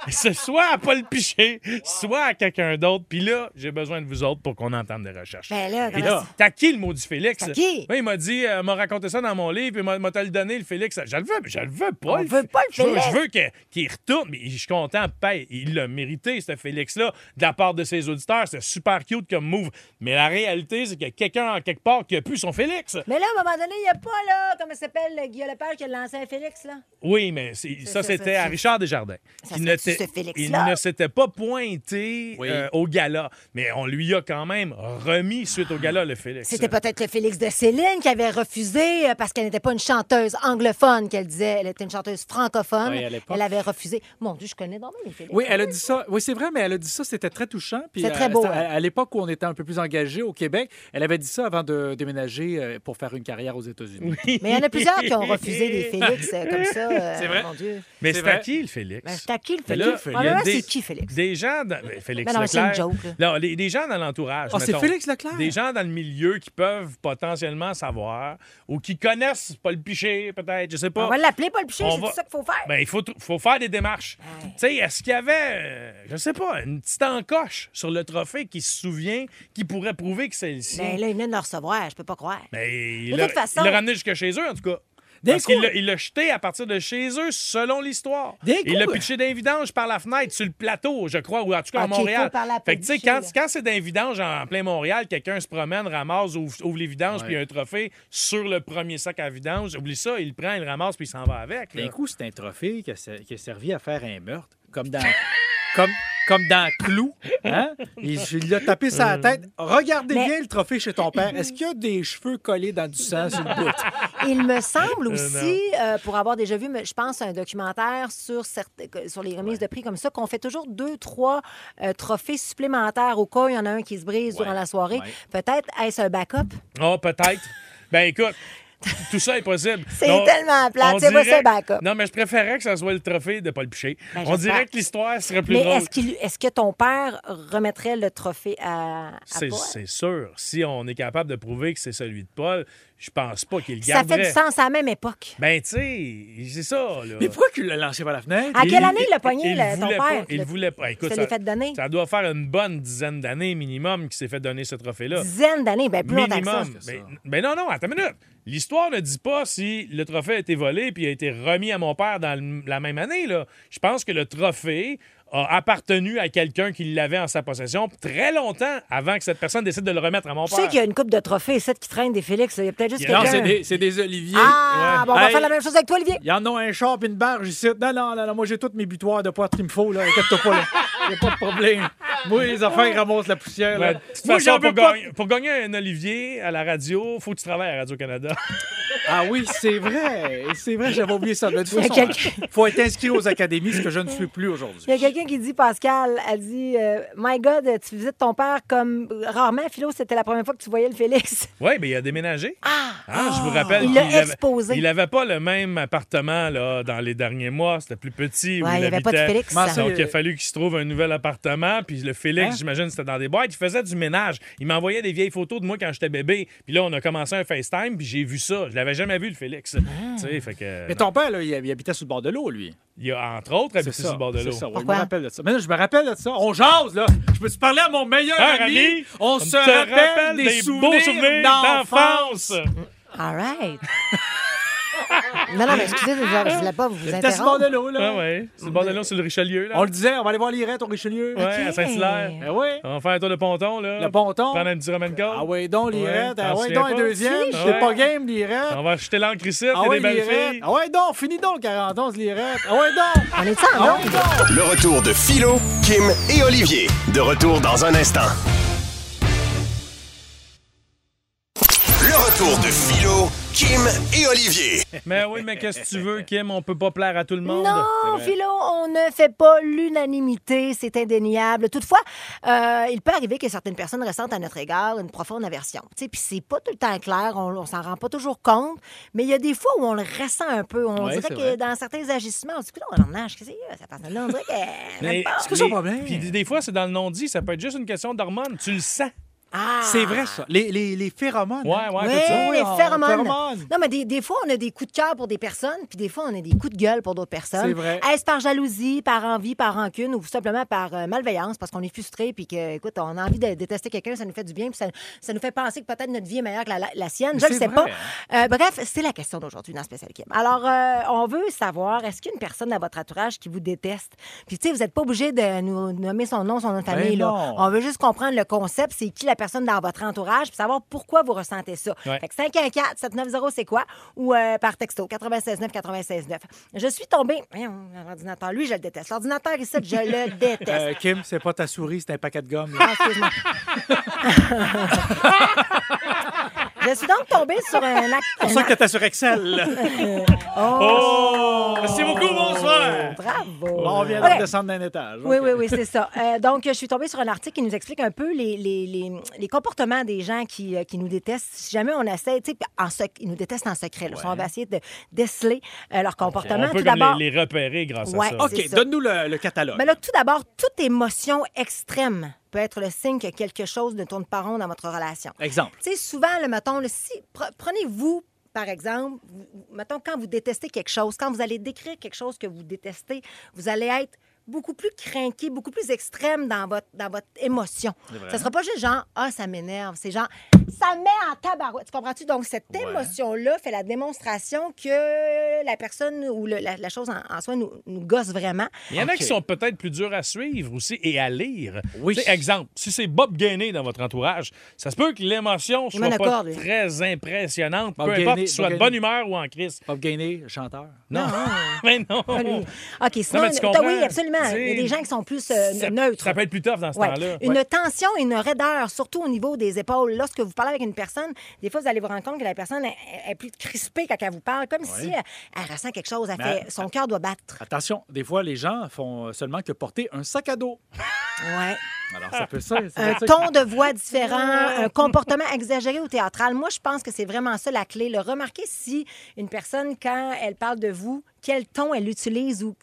S1: C'est soit à Paul Piché, soit à quelqu'un d'autre. Puis là, j'ai besoin de vous autres pour qu'on entende des recherches.
S2: Ben là,
S1: Et
S2: comment
S1: là, t'as qui le mot du Félix?
S2: T'as qui?
S1: Oui, il m'a dit, euh, m'a raconté ça dans mon livre, puis m'a m'a te le donné, le Félix. Je le veux, mais je le veux pas.
S2: On
S1: le
S2: veut
S1: F-
S2: pas le
S1: je veux-
S2: Félix.
S1: Je veux que- qu'il retourne. Mais je suis content, paye. Il l'a mérité, ce Félix-là, de la part de ses auditeurs. C'est super cute comme move. Mais la réalité, c'est qu'il y a quelqu'un en quelque part qui a pu son Félix.
S2: Mais là, à un moment donné, il n'y a pas, là, comment il s'appelle, le Guillaume Lepage qui a lancé un Félix, là?
S1: Oui, mais c'est- ça,
S2: ça, ça,
S1: c'était à
S2: ça.
S1: Richard Desjardins.
S2: Ça
S1: Il
S2: serait-tu
S1: ne t'est-
S2: ce
S1: il
S2: Félix-là?
S1: ne s'était pas pointé
S3: Oui.
S1: euh, au gala, mais on lui a quand même remis suite au gala le Félix.
S2: C'était peut-être le Félix de Céline qui avait refusé euh, parce qu'elle n'était pas une chanteuse anglophone, qu'elle disait. Elle était une chanteuse francophone.
S3: Oui, à l'époque.
S2: elle avait refusé. Mon Dieu, je connais dans les Félix.
S3: Oui, elle a dit ça. Oui, c'est vrai, mais elle a dit ça. C'était très touchant. Puis,
S2: C'est
S3: euh,
S2: très beau,
S3: c'était
S2: hein.
S3: À, à l'époque où on était un peu plus engagé au Québec, elle avait dit ça avant de déménager euh, pour faire une carrière aux États-Unis.
S2: Mais il y en a plusieurs qui ont refusé des Félix euh, comme ça. euh,
S3: C'est vrai.
S2: Mon Dieu.
S1: Mais
S3: C'est
S1: c'est à
S3: vrai.
S1: qui le Félix
S2: Ben, c'est à qui le
S1: Mais
S2: Félix?
S1: là,
S3: Félix?
S1: il y a
S2: Probablement,
S1: des-
S2: c'est qui, Félix?
S1: Des gens dans... ben, Félix
S2: Ben non, mais c'est une
S1: Leclerc.
S2: joke, là.
S1: Non, les- des gens dans l'entourage.
S3: Ah, c'est
S1: mettons.
S3: Félix Leclerc?
S1: Des gens dans le milieu qui peuvent potentiellement savoir ou qui connaissent Paul Piché, peut-être, je sais pas.
S2: On va l'appeler Paul Piché,
S1: On
S2: c'est
S1: va-
S2: tout ça qu'il faut faire.
S1: Ben, il faut, tr- faut faire des démarches. Tu sais, est-ce qu'il y avait, euh, je sais pas, une petite encoche sur le trophée qui se souvient, qui pourrait prouver que c'est le sien?
S2: Mais Ben, là, il venait de le recevoir, je peux pas croire.
S1: Ben, il
S2: De
S1: l'a
S2: toute façon-
S1: il l'a ramené jusque chez eux, en tout cas.
S3: D'un
S1: Parce
S3: coup-
S1: qu'il l'a- il l'a jeté à partir de chez eux, selon l'histoire.
S3: D'un
S1: Il l'a
S3: coup-
S1: pitché d'un vidange par la fenêtre, sur le plateau, je crois, ou en tout cas à
S2: Ok, pas
S1: Montréal.
S2: par la
S1: fait que, tu sais,
S2: pédichée,
S1: quand,
S2: là.
S1: quand c'est d'un vidange en, en plein Montréal, quelqu'un se promène, ramasse, ouvre, ouvre les vidanges, puis il y a un trophée sur le premier sac à vidange. Oublie ça, il le prend, il le ramasse, puis il s'en va avec. là.
S3: D'un coup, c'est un trophée qui a, ser- qui a servi à faire un meurtre, comme dans, comme, comme dans Clou. Hein? Et je- il l'a tapé sur la
S1: Mm.
S3: tête. Regardez
S2: Mais-
S3: bien le trophée chez ton père. Est-ce qu'il y a des cheveux collés dans du sang sur le bout?
S2: Il me semble aussi, euh, pour avoir déjà vu, mais je pense, un documentaire sur, certes- que- sur les remises de prix comme ça, qu'on fait toujours deux, trois euh, trophées supplémentaires au cas où il y en a un qui se brise durant la soirée. Peut-être est-ce un backup?
S1: Ah, peut-être. Ben écoute, tout ça est possible.
S2: C'est
S1: Donc,
S2: tellement plate.
S1: on
S2: C'est moi,
S1: dirait-
S2: c'est backup.
S1: Non, mais je préférais que ça soit le trophée de Paul Piché.
S2: Ben,
S1: on
S2: j'espère.
S1: dirait que l'histoire serait plus
S2: Mais
S1: drôle.
S2: est-ce qu'il- est-ce que ton père remettrait le trophée à, à
S1: C'est,
S2: Paul?
S1: c'est sûr. Si on est capable de prouver que c'est celui de Paul, je pense pas qu'il le
S2: Ça fait
S1: garderait.
S2: du sens à la même époque.
S1: Ben, tu sais, c'est ça, là.
S3: Mais pourquoi qu'il l'a lancé par la fenêtre?
S2: À quelle
S1: Il-
S2: année il l'a pogné,
S1: il
S2: le- ton
S1: voulait
S2: père?
S1: pas-
S2: Tu
S1: il
S2: l'as-
S1: voulait pas. Écoute,
S2: tu te
S1: ça,
S2: l'as fait donner?
S1: ça doit faire une bonne dizaine d'années minimum qu'il s'est fait donner ce trophée-là.
S2: Dizaines d'années, ben plus longtemps que ça.
S1: Minimum. Mais, mais non, non, attends une minute. L'histoire ne dit pas si le trophée a été volé puis a été remis à mon père dans le- la même année. Là. Je pense que le trophée a appartenu à quelqu'un qui l'avait en sa possession très longtemps avant que cette personne décide de le remettre à mon
S2: Tu sais
S1: père.
S2: qu'il y a une coupe de trophées, cette qui traîne des Félix. là. Il y a peut-être juste
S3: Non,
S2: quelqu'un.
S3: c'est des, c'est des oliviers.
S2: Ah,
S3: Ouais.
S2: bon, on va
S3: Hey,
S2: faire la même chose avec toi, Olivier.
S3: Ils en ont un char et une barge ici. Non, non, non, non, moi j'ai toutes mes butoirs de poids qu'il me faut, là. Inquiète-toi pas, là. Y a pas de problème. Moi, les affaires ramassent la poussière, là.
S1: Ouais, Ben, de toute
S3: Moi,
S1: façon,
S3: j'en veux
S1: pour,
S3: pas.
S1: gagner, pour gagner un Olivier à la radio, faut que tu travailles à Radio-Canada.
S3: Ah oui, c'est vrai. C'est vrai, j'avais oublié ça. De toute
S2: Il y a
S3: façon,
S2: quelqu'un-
S3: faut être inscrit aux académies, ce que je ne suis plus aujourd'hui.
S2: Il y a quelqu'un qui dit, Pascal, elle dit euh, My God, tu visites ton père comme rarement, Philo, c'était la première fois que tu voyais le Félix.
S1: oui, mais il a déménagé. Ah, je vous rappelle
S2: Il
S1: qu'il
S2: l'a
S1: avait-
S2: exposé.
S1: Il n'avait pas le même appartement là, dans les derniers mois. C'était plus petit. où
S2: Ouais, il n'y avait pas de
S1: habitait.
S2: Félix.
S3: Comment
S2: ça.
S3: ça,
S1: Donc, il a
S3: Euh,
S1: fallu qu'il se trouve un nouvel appartement. Puis le Félix,
S3: Hein?
S1: j'imagine, c'était dans des boîtes. Il faisait du ménage. Il m'envoyait des vieilles photos de moi quand j'étais bébé. Puis là, on a commencé un FaceTime, puis j'ai vu ça. Je l'avais jamais vu, le Félix.
S2: Ah.
S1: Tu sais, fait que...
S3: Mais ton père, là, il il habitait sous le bord de l'eau, lui.
S1: Il a, Euh, entre autres, habité
S3: C'est
S1: sur
S3: ça,
S1: le bord de
S3: c'est
S1: l'eau.
S3: ça, ouais,
S2: Pourquoi?
S3: Je me rappelle de ça. Mais là, je me rappelle de ça. On jase, là. Je peux-tu parler à mon meilleur
S1: Un
S3: ami?
S1: ami,
S3: On, se rappelle, des,
S1: beaux souvenirs d'enfance.
S2: All right. non, non, mais excusez, je ne voulais pas vous
S3: C'était sur le bord de
S2: interrompre.
S3: l'eau, là.
S1: Ah ouais, c'est le bord de l'eau sur le Richelieu. Là.
S3: On le disait, on va aller voir l'Irette au Richelieu.
S1: Ouais, à Saint-Hilaire.
S3: Ben ouais.
S1: On va faire un tour de ponton, là.
S3: Le ponton.
S1: Prendre un petit Roman Coke.
S3: Ah ouais, donc l'Irette.
S1: Ouais,
S3: ah
S1: t'en
S3: ouais,
S1: souviens
S3: donc un
S1: pas?
S3: deuxième.
S1: Si.
S3: J'étais
S1: Ouais.
S3: pas game, l'Irette.
S1: On va jeter l'encre ici, il y a
S3: Ah ouais,
S1: des belles
S3: l'Irette.
S1: filles.
S3: Ah ouais, donc, fini donc le 41, l'Irette. Ah ouais, donc.
S2: On est en
S3: Ah
S2: onde?
S3: ouais, donc.
S4: Le retour de Philo, Kim et Olivier. De retour dans un instant. Le retour de Philo, Kim et Olivier.
S1: Mais oui, mais qu'est-ce que tu veux, Kim? On peut pas plaire à tout le monde.
S2: Non, Philo, on ne fait pas l'unanimité, c'est indéniable. Toutefois, euh, il peut arriver que certaines personnes ressentent à notre égard une profonde aversion. Tu sais, Puis c'est pas tout le temps clair, on, on s'en rend pas toujours compte, mais il y a des fois où on le ressent un peu. On
S3: Ouais,
S2: dirait
S3: c'est
S2: que
S3: vrai.
S2: dans certains agissements, on se dit, Coudonc, on en nage, qu'est-ce que c'est, euh, cette personne-là? On dirait qu'elle
S1: Mais-
S2: n'aime pas.
S3: C'est quoi son
S1: mais-
S3: problème?
S1: Puis des fois, c'est dans le non-dit, ça peut être juste une question d'hormones. Tu le sens.
S2: Ah!
S3: C'est vrai, ça. Les, les, les phéromones.
S1: Ouais,
S3: hein.
S1: ouais,
S2: Oui,
S1: tout ça.
S2: les
S3: on-
S2: phéromones.
S3: phéromones.
S2: Non, mais des, des fois, on a des coups de cœur pour des personnes, puis des fois, on a des coups de gueule pour d'autres personnes.
S3: C'est vrai.
S2: Est-ce par jalousie, par envie, par rancune ou simplement par euh, malveillance, parce qu'on est frustré, puis que, écoute, on a envie de détester quelqu'un, ça nous fait du bien, puis ça, ça nous fait penser que peut-être notre vie est meilleure que la, la- la sienne.
S3: Mais
S2: Je ne
S3: c'est
S2: sais
S3: vrai, hein?
S2: pas. Euh, bref, c'est la question d'aujourd'hui dans Spécial Kim. Alors, euh, on veut savoir, est-ce qu'il y a une personne à votre entourage qui vous déteste? Puis, tu sais, vous n'êtes pas obligé de nous nommer son nom, son nom de famille. là.
S3: Ben non.
S2: On veut juste comprendre le concept, c'est qui la personne dans votre entourage, puis savoir pourquoi vous ressentez ça.
S1: Ouais.
S2: Fait que 514 790 c'est quoi? Ou euh, par texto 96 9 96 9. Je suis tombée. Voyons, L'ordinateur, lui, je le déteste. L'ordinateur ici, je le déteste.
S3: Euh, Kim, c'est pas ta souris, c'est un paquet de gomme.
S2: Ah, excuse-moi. je suis donc tombée sur un acte.
S3: C'est pour ça que t'étais sur Excel.
S1: Oh! Merci beaucoup, bonsoir!
S2: Bravo.
S3: Bon, on vient
S2: Ouais.
S3: de descendre d'un étage.
S2: Oui,
S3: OK.
S2: oui, oui, c'est ça. Euh, donc, je suis tombée sur un article qui nous explique un peu les, les, les, les comportements des gens qui, euh, qui nous détestent. Si jamais on essaie, tu sais, en sec- ils nous détestent en secret. là. on va essayer de déceler euh, leur comportement.
S1: On peut
S2: Tout
S1: comme
S2: d'abord,
S1: les, les repérer grâce
S2: Ouais.
S1: à ça.
S2: Oh, c'est
S3: OK,
S2: ça.
S3: donne-nous le, le catalogue.
S2: Ben là, tout d'abord, toute émotion extrême peut être le signe que quelque chose ne tourne pas rond dans votre relation.
S3: Exemple.
S2: Tu sais, souvent, le mettons, le, si, pre- prenez-vous, par exemple, vous- vous- mettons, quand vous détestez quelque chose, quand vous allez décrire quelque chose que vous détestez, vous allez être beaucoup plus craqué, beaucoup plus extrême dans votre, dans votre émotion. Ça sera pas juste genre, ah, ça m'énerve. C'est genre, ça me met en tabarouette. Tu comprends-tu? Donc, cette émotion-là fait la démonstration que la personne ou le- la, la chose en, en soi nous, nous gosse vraiment.
S1: Il y en a
S3: OK.
S1: qui sont peut-être plus durs à suivre aussi et à lire.
S3: Oui.
S1: Tu sais, exemple, si c'est Bob Gainé dans votre entourage, ça se peut que l'émotion soit
S2: m'en
S1: pas
S2: accorde, lui.
S1: très impressionnante,
S3: Bob
S1: peu importe
S3: Gainé,
S1: qu'il soit
S3: Bob
S1: de bonne
S3: Gainé.
S1: humeur ou en crise.
S3: Bob Gainé, chanteur.
S1: Non, mais non.
S2: Pas lui. OK, sinon,
S1: mais tu
S2: t'as-
S1: comprends.
S2: oui, absolument. Il y a
S1: C'est-
S2: des gens qui sont plus euh,
S1: Ça-
S2: neutres.
S1: Ça peut être plus tough dans ce
S2: Ouais.
S1: temps-là.
S2: Une tension et une raideur, surtout au niveau des épaules. Lorsque vous parlez avec une personne, des fois, vous allez vous rendre compte que la personne est, est plus crispée quand elle vous parle, comme si elle, elle ressent quelque chose. Elle
S3: Mais-
S2: fait, son cœur doit battre.
S3: Attention, des fois, les gens font seulement que porter un sac à dos.
S2: Ouais.
S3: Alors, ça peut ça. c'est
S2: Un
S3: ça que-
S2: ton de voix différent, un comportement exagéré ou théâtral. Moi, je pense que c'est vraiment ça la clé. Le remarquer si une personne, quand elle parle de vous, quel ton elle utilise ou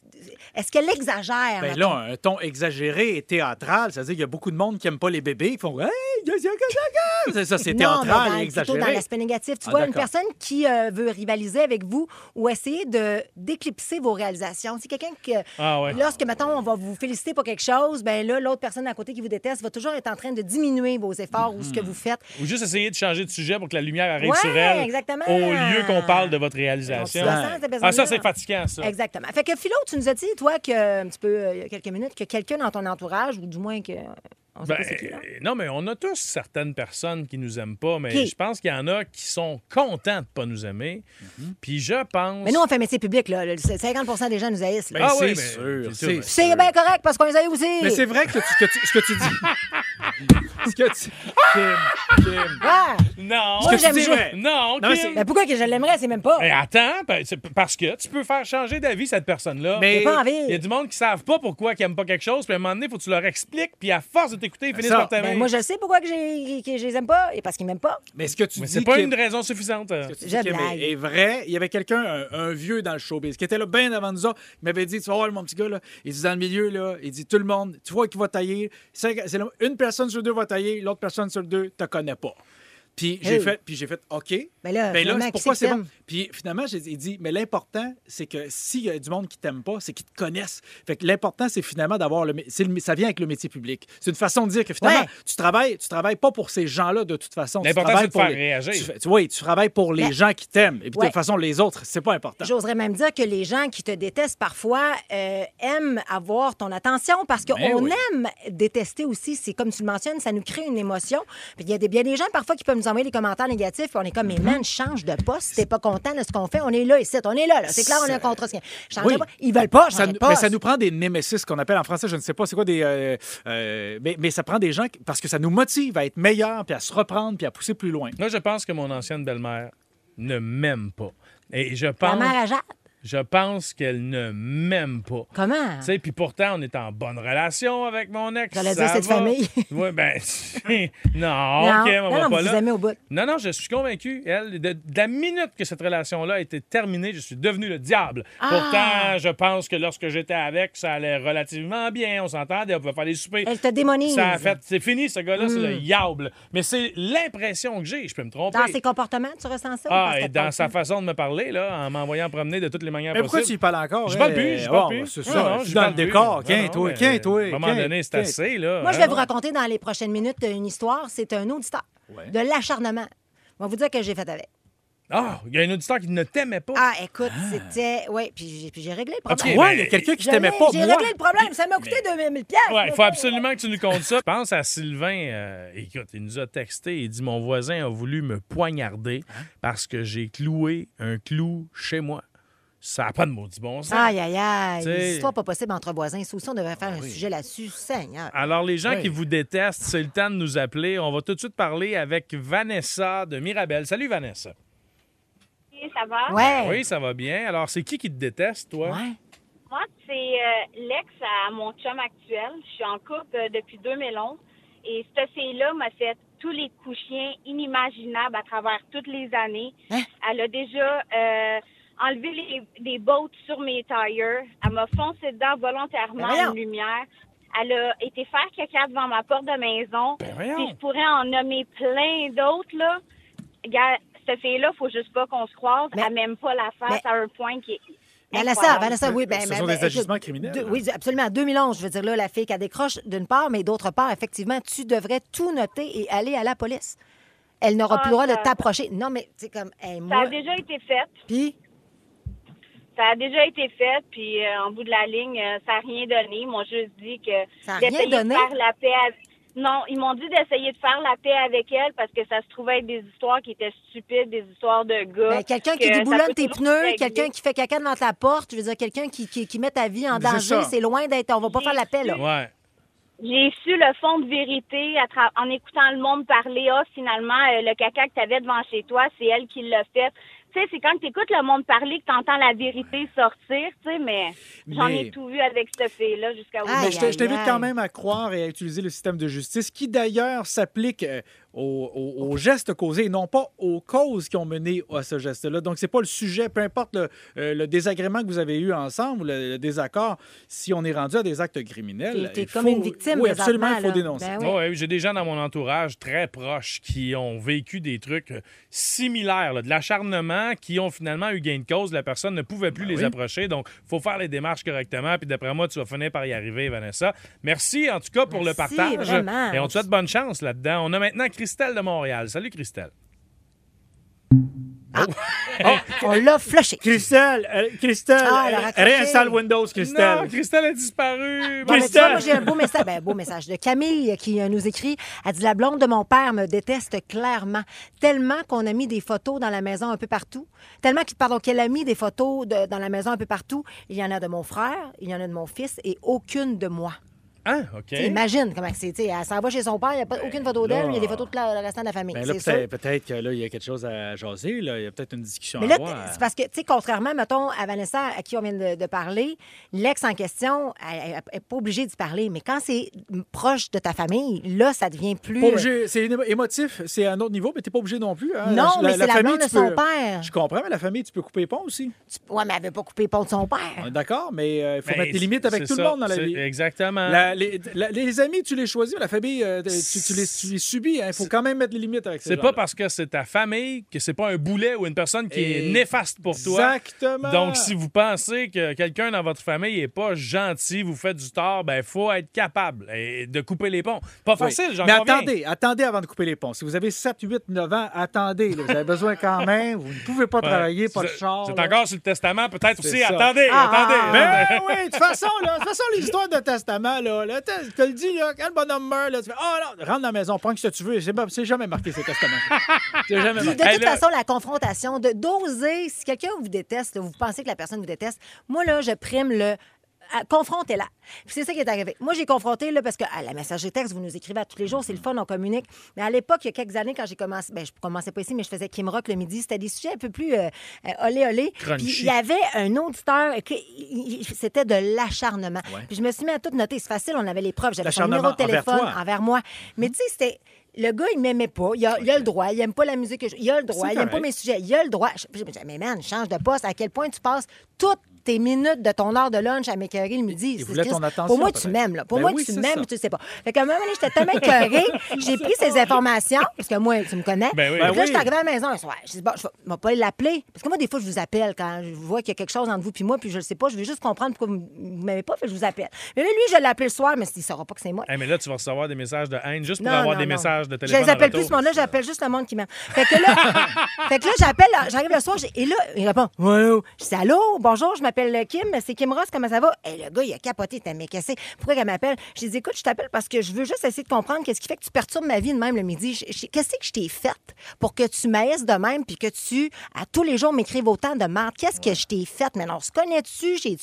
S2: est-ce qu'elle exagère?
S3: Ben
S2: mettons?
S3: là, un ton exagéré et théâtral, ça veut dire qu'il y a beaucoup de monde qui n'aime pas les bébés. Ils font Hey, yes, yes, yes, yes. C'est ça,
S2: Non,
S3: c'est
S2: mais
S3: théâtral
S2: dans-
S3: et
S2: plutôt
S3: exagéré.
S2: dans l'aspect négatif. Tu
S3: Ah,
S2: vois, une
S3: d'accord.
S2: personne qui euh, veut rivaliser avec vous ou essayer de d'éclipser vos réalisations. C'est quelqu'un que,
S1: Ah ouais.
S2: lorsque, mettons, on va vous féliciter pour quelque chose, ben là, l'autre personne à côté qui vous déteste va toujours être en train de diminuer vos efforts ou ce
S3: Mhm.
S2: que vous faites.
S1: Ou juste essayer de changer de sujet pour que la lumière arrive
S2: Ouais,
S1: sur elle.
S2: exactement.
S1: Au lieu qu'on parle de votre
S2: Donc, tu
S1: réalisation.
S2: le sens, cette
S1: Ah, ça,
S2: personne-là.
S1: c'est fatigant, ça.
S2: Exactement. Fait que Philo, tu nous as dit, toi, que, un petit peu, euh, il y a quelques minutes, que quelqu'un dans ton entourage, ou du moins que. On sait
S1: Ben,
S2: pas c'est qui, là.
S1: euh, non, mais on a tous certaines personnes qui nous aiment pas, mais
S2: Qui?
S1: je pense qu'il y en a qui sont contents de pas nous aimer.
S3: Mm-hmm.
S1: Puis je pense.
S2: Mais nous, on fait métier public, là. Le 50 des gens nous haïssent. là.
S3: Ben,
S1: Ah
S3: c'est
S1: oui, mais-
S3: sûr,
S1: c'est sûr.
S3: c'est
S2: c'est bien correct parce qu'on les haït aussi.
S3: Mais c'est vrai que, tu- que tu- ce que tu dis. ce que tu. Kim, Kim.
S2: Ah!
S1: Non,
S2: Moi,
S3: Ce que
S2: j'aime
S3: tu dis est
S2: jouer.
S3: vrai.
S1: non,
S3: Non, mais
S1: Kim.
S2: Ben, pourquoi que je l'aimerais? C'est même pas.
S1: Eh, attends, ben, c'est p- parce que tu peux faire changer d'avis cette personne-là.
S3: Mais-
S2: J'ai pas envie.
S1: Il y a du monde qui savent pas pourquoi ils aiment pas quelque chose, puis à un moment donné, faut que tu leur expliques, puis à force de t'écouter, ils finissent
S3: ça,
S1: par t'aimer.
S2: Ben, moi, je sais pourquoi que j'ai- que je les aime pas et parce qu'ils m'aiment pas.
S3: Mais ce que tu
S1: Mais
S3: dis.
S1: c'est pas
S3: Kim,
S1: une raison suffisante. euh.
S3: ce que tu dis,
S2: Je
S3: Kim, est-
S2: blague.
S3: est, vrai. Il y avait quelqu'un, un, un vieux dans le showbiz, qui était là bien avant nous autres. Il m'avait dit Tu vas voir, mon petit gars, là. Il dit Dans le milieu, là, il dit Tout le monde, tu vois qui va tailler. C'est- c'est le- une personne sur deux va tailler, l'autre personne sur deux, te connais pas. Puis j'ai
S2: Hey.
S3: fait, puis j'ai fait, OK.
S2: Ben là, finalement,
S3: c'est
S2: qui
S3: pourquoi
S2: c'est
S3: c'est
S2: qui
S3: bon? Puis finalement, j'ai il dit, mais l'important, c'est que s'il y a du monde qui t'aime pas, c'est qu'ils te connaissent. Fait que l'important, c'est finalement d'avoir le, mé- c'est le- ça vient avec le métier public. C'est une façon de dire que finalement,
S2: Ouais.
S3: tu travailles, tu travailles pas pour ces gens-là de toute façon. Tu
S1: L'important,
S3: travailles
S1: c'est de
S3: pour
S1: faire
S3: les-
S1: réagir.
S3: tu fais- tu- oui, tu travailles pour les
S2: Ben,
S3: gens qui t'aiment. Et puis de
S2: ouais.
S3: toute façon, les autres, c'est pas important.
S2: J'oserais même dire que les gens qui te détestent parfois euh, aiment avoir ton attention parce qu'on
S3: Ben oui.
S2: aime détester aussi. C'est comme tu le mentionnes, ça nous crée une émotion. Puis il y a des, bien des gens parfois qui peuvent nous envoyer des commentaires négatifs. puis on est comme, mais man, change de poste. Si t'es pas content de ce qu'on fait, on est là ici. On est là. là. C'est clair, on est un contre ce Change
S3: Oui.
S2: de poste. Ils veulent pas
S3: Ça
S2: changer de
S3: nous- mais
S2: poste.
S3: ça nous prend des némésis qu'on appelle en français, je ne sais pas c'est quoi des. euh, euh, mais, mais ça prend des gens qui- parce que ça nous motive à être meilleurs, puis à se reprendre, puis à pousser plus loin.
S1: Là, je pense que mon ancienne belle-mère ne m'aime pas. Et je
S2: La
S1: pense,
S2: mère à Jade.
S1: je pense qu'elle ne m'aime pas.
S2: Comment?
S1: Tu sais, puis pourtant, on est en bonne relation avec mon ex.
S2: J'allais
S1: ça
S2: dire, c'est de
S1: va.
S2: famille.
S1: Oui, ben, non,
S2: non,
S1: OK, on
S2: non,
S1: va
S2: non,
S1: pas
S2: vous
S1: là.
S2: aimez au bout.
S1: Non, non, je suis convaincu. Elle, de, de la minute que cette relation-là a été terminée, je suis devenu le diable.
S2: Ah!
S1: Pourtant, je pense que lorsque j'étais avec, ça allait relativement bien. On s'entendait, on pouvait faire des soupers.
S2: Elle te démonise. Hmm.
S1: Ça a fait, c'est fini, ce gars-là, c'est le diable. Mais c'est l'impression que j'ai, je peux me tromper.
S2: Dans ses comportements, tu ressens ça? ou parce
S1: ah,
S2: que
S1: et
S2: t'as
S1: dans
S2: pas
S1: sa
S2: le
S1: façon de me parler, là, en m'envoyant promener de toutes les manières
S3: Mais pourquoi tu y
S1: possibles.
S3: parles encore?
S1: Je
S3: hein?
S1: parle plus, je parle
S3: Bon,
S1: plus.
S3: C'est
S1: Non,
S3: ça,
S1: non,
S3: je
S1: je
S3: suis dans
S1: parle
S3: le
S1: plus.
S3: décor.
S1: Non, non,
S3: Quin, toi,
S1: mais,
S3: quin, toi.
S1: À un moment
S3: quin,
S1: donné, c'est
S3: quin.
S1: assez, là.
S2: Moi, je vais
S1: hein?
S2: vous raconter dans les prochaines minutes une histoire. C'est un auditeur de l'acharnement. On va vous dire que j'ai fait avec.
S1: Ah, il y a un auditeur qui ne t'aimait pas.
S2: Ah, écoute,
S3: Hein.
S2: c'était. Oui, puis j'ai- puis j'ai réglé le
S1: Ok,
S2: problème.
S3: Ouais,
S1: ben,
S3: Ah, il y a quelqu'un qui
S2: Je
S3: t'aimait
S2: l'ai-
S3: pas,
S2: J'ai
S3: moi.
S2: réglé le problème. Ça m'a coûté 2000 pièces.
S1: Ouais, il faut absolument que tu nous comptes ça. Je pense à Sylvain. euh, écoute, il nous a texté. Il dit Mon voisin a voulu me poignarder
S2: Hein?
S1: parce que j'ai cloué un clou chez moi. Ça n'a pas de maudit bon sens.
S2: Aïe, aïe, aïe.
S1: Tu sais-
S2: Des histoires pas possibles entre voisins. Ça aussi, on devrait faire un sujet là-dessus. Seigneur.
S1: Alors, les gens
S3: Oui.
S1: qui vous détestent, c'est le temps de nous appeler. On va tout de suite parler avec Vanessa de Mirabel. Salut, Vanessa.
S9: Ça va?
S2: Ouais.
S1: Oui, ça va bien. Alors, c'est qui qui te déteste, toi?
S2: Ouais.
S9: Moi, c'est euh, l'ex à mon chum actuel. Je suis en couple euh, depuis 2011. Et cette fille-là m'a fait tous les coups chiens inimaginables à travers toutes les années.
S2: Hein?
S9: Elle a déjà euh, enlevé les, des bottes sur mes tires. Elle m'a foncé dedans volontairement
S2: Ben voyons.
S9: en lumière. Elle a été faire caca devant ma porte de maison.
S1: Ben
S9: Puis je
S1: voyons.
S9: pourrais en nommer plein d'autres, là. Regarde, cette fille-là, faut juste pas qu'on se croise.
S2: Mais-
S9: elle m'aime pas la face
S2: mais-
S9: à un point qui est
S2: Vanessa,
S9: incroyable.
S2: Vanessa, oui. Ben,
S3: hein, Ce
S2: ben,
S3: sont
S2: ben,
S3: des agissements
S2: écoute,
S3: criminels,
S2: deux-
S3: hein.
S2: oui, absolument. 2011, je veux dire, là, la fille qui a décroche d'une part, mais d'autre part, effectivement, tu devrais tout noter et aller à la police. Elle n'aura
S9: Ah,
S2: plus le droit de
S9: ça-
S2: t'approcher. Non, mais c'est comme, hey,
S9: Ça
S2: moi,
S9: a déjà été fait.
S2: puis
S9: Ça a déjà été fait, puis euh, en bout de la ligne, euh, ça n'a rien donné. Ils m'ont juste dit que
S2: Ça a
S9: d'essayer
S2: rien donné?
S9: de faire la paix avec... Non, ils m'ont dit d'essayer de faire la paix avec elle parce que ça se trouvait être des histoires qui étaient stupides, des histoires de gars.
S2: ben, quelqu'un qui
S9: que ça
S2: déboulonne
S9: peut
S2: tes
S9: toujours
S2: pneus,
S9: régler.
S2: quelqu'un qui fait caca devant ta porte, je veux dire, quelqu'un qui, qui, qui met ta vie en
S3: C'est
S2: danger,
S3: ça.
S2: c'est loin d'être. On va pas faire la paix, là.
S1: Ouais.
S9: J'ai su le fond de vérité à tra- en écoutant le monde parler. Ah, finalement, euh, le caca que t'avais devant chez toi, c'est elle qui l'a fait. Tu sais, c'est quand t'écoutes le monde parler que t'entends la vérité sortir, tu sais, mais j'en
S3: Mais-
S9: ai tout vu avec cette fille-là jusqu'à
S2: Aïe,
S3: Mais
S9: aujourd'hui.
S3: je te- je t'invite
S2: aïe.
S3: quand même à croire et à utiliser le système de justice qui, d'ailleurs, s'applique euh, aux, aux- aux gestes causés et non pas aux causes qui ont mené à ce geste-là. Donc, c'est pas le sujet, peu importe le, euh, le désagrément que vous avez eu ensemble, le, le désaccord, si on est rendu à des actes criminels.
S2: T'es- t'es
S3: il
S2: comme
S3: faut-
S2: une victime,
S3: Oui, absolument,
S2: présentement,
S3: il faut
S2: là.
S3: dénoncer.
S2: Ben oui.
S1: Ah Ouais, j'ai des gens dans mon entourage très proches qui ont vécu des trucs euh, similaires, là, de l'acharnement, qui ont finalement eu gain de cause. La personne ne pouvait
S3: Ben
S1: plus les approcher. Donc, faut faire les démarches correctement. Puis, d'après moi, tu vas finir par y arriver, Vanessa. Merci, en tout cas, pour
S2: Merci,
S1: le partage.
S2: vraiment.
S1: Et on te souhaite bonne chance là-dedans. On a maintenant Christelle de Montréal. Salut, Christelle.
S2: Ah, oh, On l'a flushé.
S3: Christelle, Christelle,
S2: Ah, elle a raccroché. réinstalle
S3: Euh, Windows,
S1: Non, Christelle a disparu.
S2: Bon, mais tu
S3: Christelle!
S2: vois, moi, j'ai un beau message, ben, beau message de Camille qui euh, nous écrit. Elle dit La blonde de mon père me déteste clairement, tellement qu'on a mis des photos dans la maison un peu partout. Tellement qu'il- pardon, qu'elle a mis des photos de- dans la maison un peu partout. Il y en a de mon frère, il y en a de mon fils et aucune de moi.
S1: Ah, OK.
S2: Tu sais, Imagine comment c'est. tu sais, Elle s'en va chez son père, il n'y a pas, aucune photo d'elle,
S3: Ben là-
S2: mais il y a des photos de la, le restant de la famille.
S3: ben là,
S2: c'est sûr.
S3: peut-être peut-être que là, il y a quelque chose à jaser. là. Il y a peut-être une discussion
S2: Mais
S3: à
S2: là,
S3: avoir.
S2: c'est parce que, tu sais, contrairement, mettons, à Vanessa, à qui on vient de, de parler, l'ex en question, elle n'est pas obligée d'y parler. Mais quand c'est proche de ta famille, là, ça devient plus. euh,
S3: Pas obligé- c'est émo- émotif, c'est à un autre niveau, mais t'es pas obligé non plus. hein.
S2: Non, mais c'est la
S3: famille,
S2: blonde de
S3: tu
S2: son
S3: peux-
S2: père.
S3: Je comprends, mais la famille, tu peux couper les ponts aussi.
S2: Tu- Ouais, mais elle veut pas couper les ponts de son
S3: On
S2: père.
S3: est d'accord, mais euh, il faut
S1: Ben,
S3: mettre des limites avec
S1: c'est
S3: tout le
S1: ça,
S3: monde dans la
S1: c'est-
S3: vie.
S1: Exactement.
S3: La- les, la- les amis, tu les choisis, mais la famille, euh, tu, tu les, tu les subis. hein. Il faut quand même mettre des limites avec ces
S1: C'est pas
S3: gens-là.
S1: parce que c'est ta famille que c'est pas un boulet ou une personne qui est
S3: Et-
S1: néfaste pour toi.
S3: Exactement.
S1: Donc, si vous pensez que quelqu'un dans votre famille n'est pas gentil, vous faites du tort, ben faut être capable eh, de couper les ponts. Pas
S3: Oui.
S1: facile, j'en
S3: Mais
S1: conviens.
S3: attendez, attendez avant de couper les ponts. Si vous avez 7, 8, 9 ans, attendez. là. vous avez besoin quand même. Vous ne pouvez pas
S1: Ouais.
S3: travailler, pas de
S1: C'est-
S3: char.
S1: C'est
S3: là.
S1: encore sur le testament, peut-être
S3: C'est
S1: aussi.
S3: ça.
S1: Attendez,
S2: Ah,
S1: attendez.
S2: ah,
S3: Ben oui, de toute façon, là, de toute façon, l'histoire de testament, là, là, t'as- je te le dis, là, quand le bonhomme meurt, là, tu fais, ah non, rentre dans la maison, prends ce que tu veux. C'est pas- C'est jamais marqué, ces testaments. C'est jamais
S2: Puis,
S3: marqué.
S2: de
S1: Hey,
S2: toute
S1: là-
S2: façon, la confrontation, de d'oser, si quelqu'un vous déteste, là, vous pensez que la personne vous déteste, moi, là, je prime le à- confrontez-la. Puis c'est ça qui est arrivé. Moi, j'ai confronté, là, parce que à la messagerie texte, vous nous écrivez à tous les jours, c'est le fun, on communique. Mais à l'époque, il y a quelques années, quand j'ai commencé, ben, je commençais pas ici, mais je faisais Kim Rock le midi, c'était des sujets un peu plus euh, euh, olé olé.
S1: Crunchy.
S2: Puis il y avait un auditeur, que- il- il- c'était de l'acharnement.
S10: Ouais.
S2: Puis je me suis mis à tout noter, c'est facile, on avait les preuves, j'avais son
S10: L'acharnement
S2: numéro de
S10: envers
S2: téléphone
S10: toi.
S2: envers moi. Mais tu sais, c'était. Le gars, il m'aimait pas. Il a, il a le droit. Il aime pas la musique. que je- Il a le droit.
S10: C'est
S2: Il aime pas
S10: correct.
S2: mes sujets. Il a le droit. Je, je me disais, mais man, change de poste. À quel point tu passes toutes tes minutes de ton heure de lunch à m'écœurer le midi? C'est
S3: voulait
S2: triste.
S3: ton attention,
S2: Pour moi, tu
S3: peut-être.
S2: m'aimes. là. Pour
S3: Ben
S2: moi,
S3: oui,
S2: tu
S3: c'est
S2: m'aimes,
S3: ça.
S2: tu sais pas. Fait qu'à un moment donné, j'étais tellement écœurée. J'ai pris ces informations, parce que moi, tu me connais.
S1: Ben
S2: Fait
S1: oui.
S2: que
S3: Ben
S2: là,
S3: oui.
S2: je suis arrivée à la maison un soir. Je dis, bon, je vais- je vais pas l'appeler. Parce que moi, des fois, je vous appelle quand je vois qu'il y a quelque chose entre vous puis moi, puis je le sais pas. Je veux juste comprendre pourquoi vous m- vous m'aimez pas, fait que je vous appelle. Mais là, lui, je l'ai appelé le soir, mais il saura pas que c'est moi.
S1: Hey, mais là, tu vas recevoir des messages de haine juste pour avoir des messages de
S2: Je
S1: téléphone.
S2: les appelle
S1: en
S2: plus
S1: retour.
S2: ce moment-là, j'appelle juste le monde qui m'aime. Fait que là, fait que là j'appelle, j'arrive le soir, j'ai- et là, il répond Wow. Je dis Allô, bonjour, je m'appelle Kim, c'est Kim Ross, comment ça va? Et le gars, il a capoté, t'as mais cassé. Pourquoi qu'elle m'appelle? J'ai dit Écoute, je t'appelle parce que je veux juste essayer de comprendre qu'est-ce qui fait que tu perturbes ma vie de même le midi. Je- je- Qu'est-ce que je t'ai fait pour que tu m'aïsses de même puis que tu, à tous les jours, m'écrives autant de merde? Qu'est-ce que je t'ai fait? Mais non, on se connaît-tu? J'ai-tu-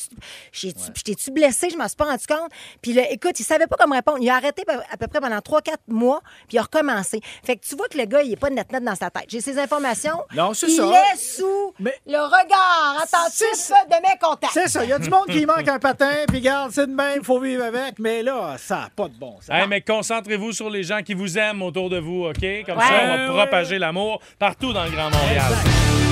S2: j'ai-tu- Je t'ai-tu blessé? Je m'en suis pas rendu compte. Puis là, écoute, il savait pas comment répondre. Il a arrêté pe- à peu près pendant 3-4 mois, puis il a recommencé. Fait que tu vois que le gars, il est pas de net dans sa tête. J'ai ces informations.
S3: Non, c'est
S2: il
S3: ça.
S2: est sous
S3: Mais-
S2: le regard
S3: C'est
S2: attentif
S3: ça.
S2: de mes contacts.
S3: C'est ça, il y a du monde qui manque un patin, puis garde, c'est de même, faut vivre avec, mais là, ça n'a pas de bon sens.
S1: Hey, mais concentrez-vous sur les gens qui vous aiment autour de vous, OK? Comme
S2: Ouais.
S1: ça, on va
S3: Ouais,
S1: propager l'amour partout dans le Grand Montréal.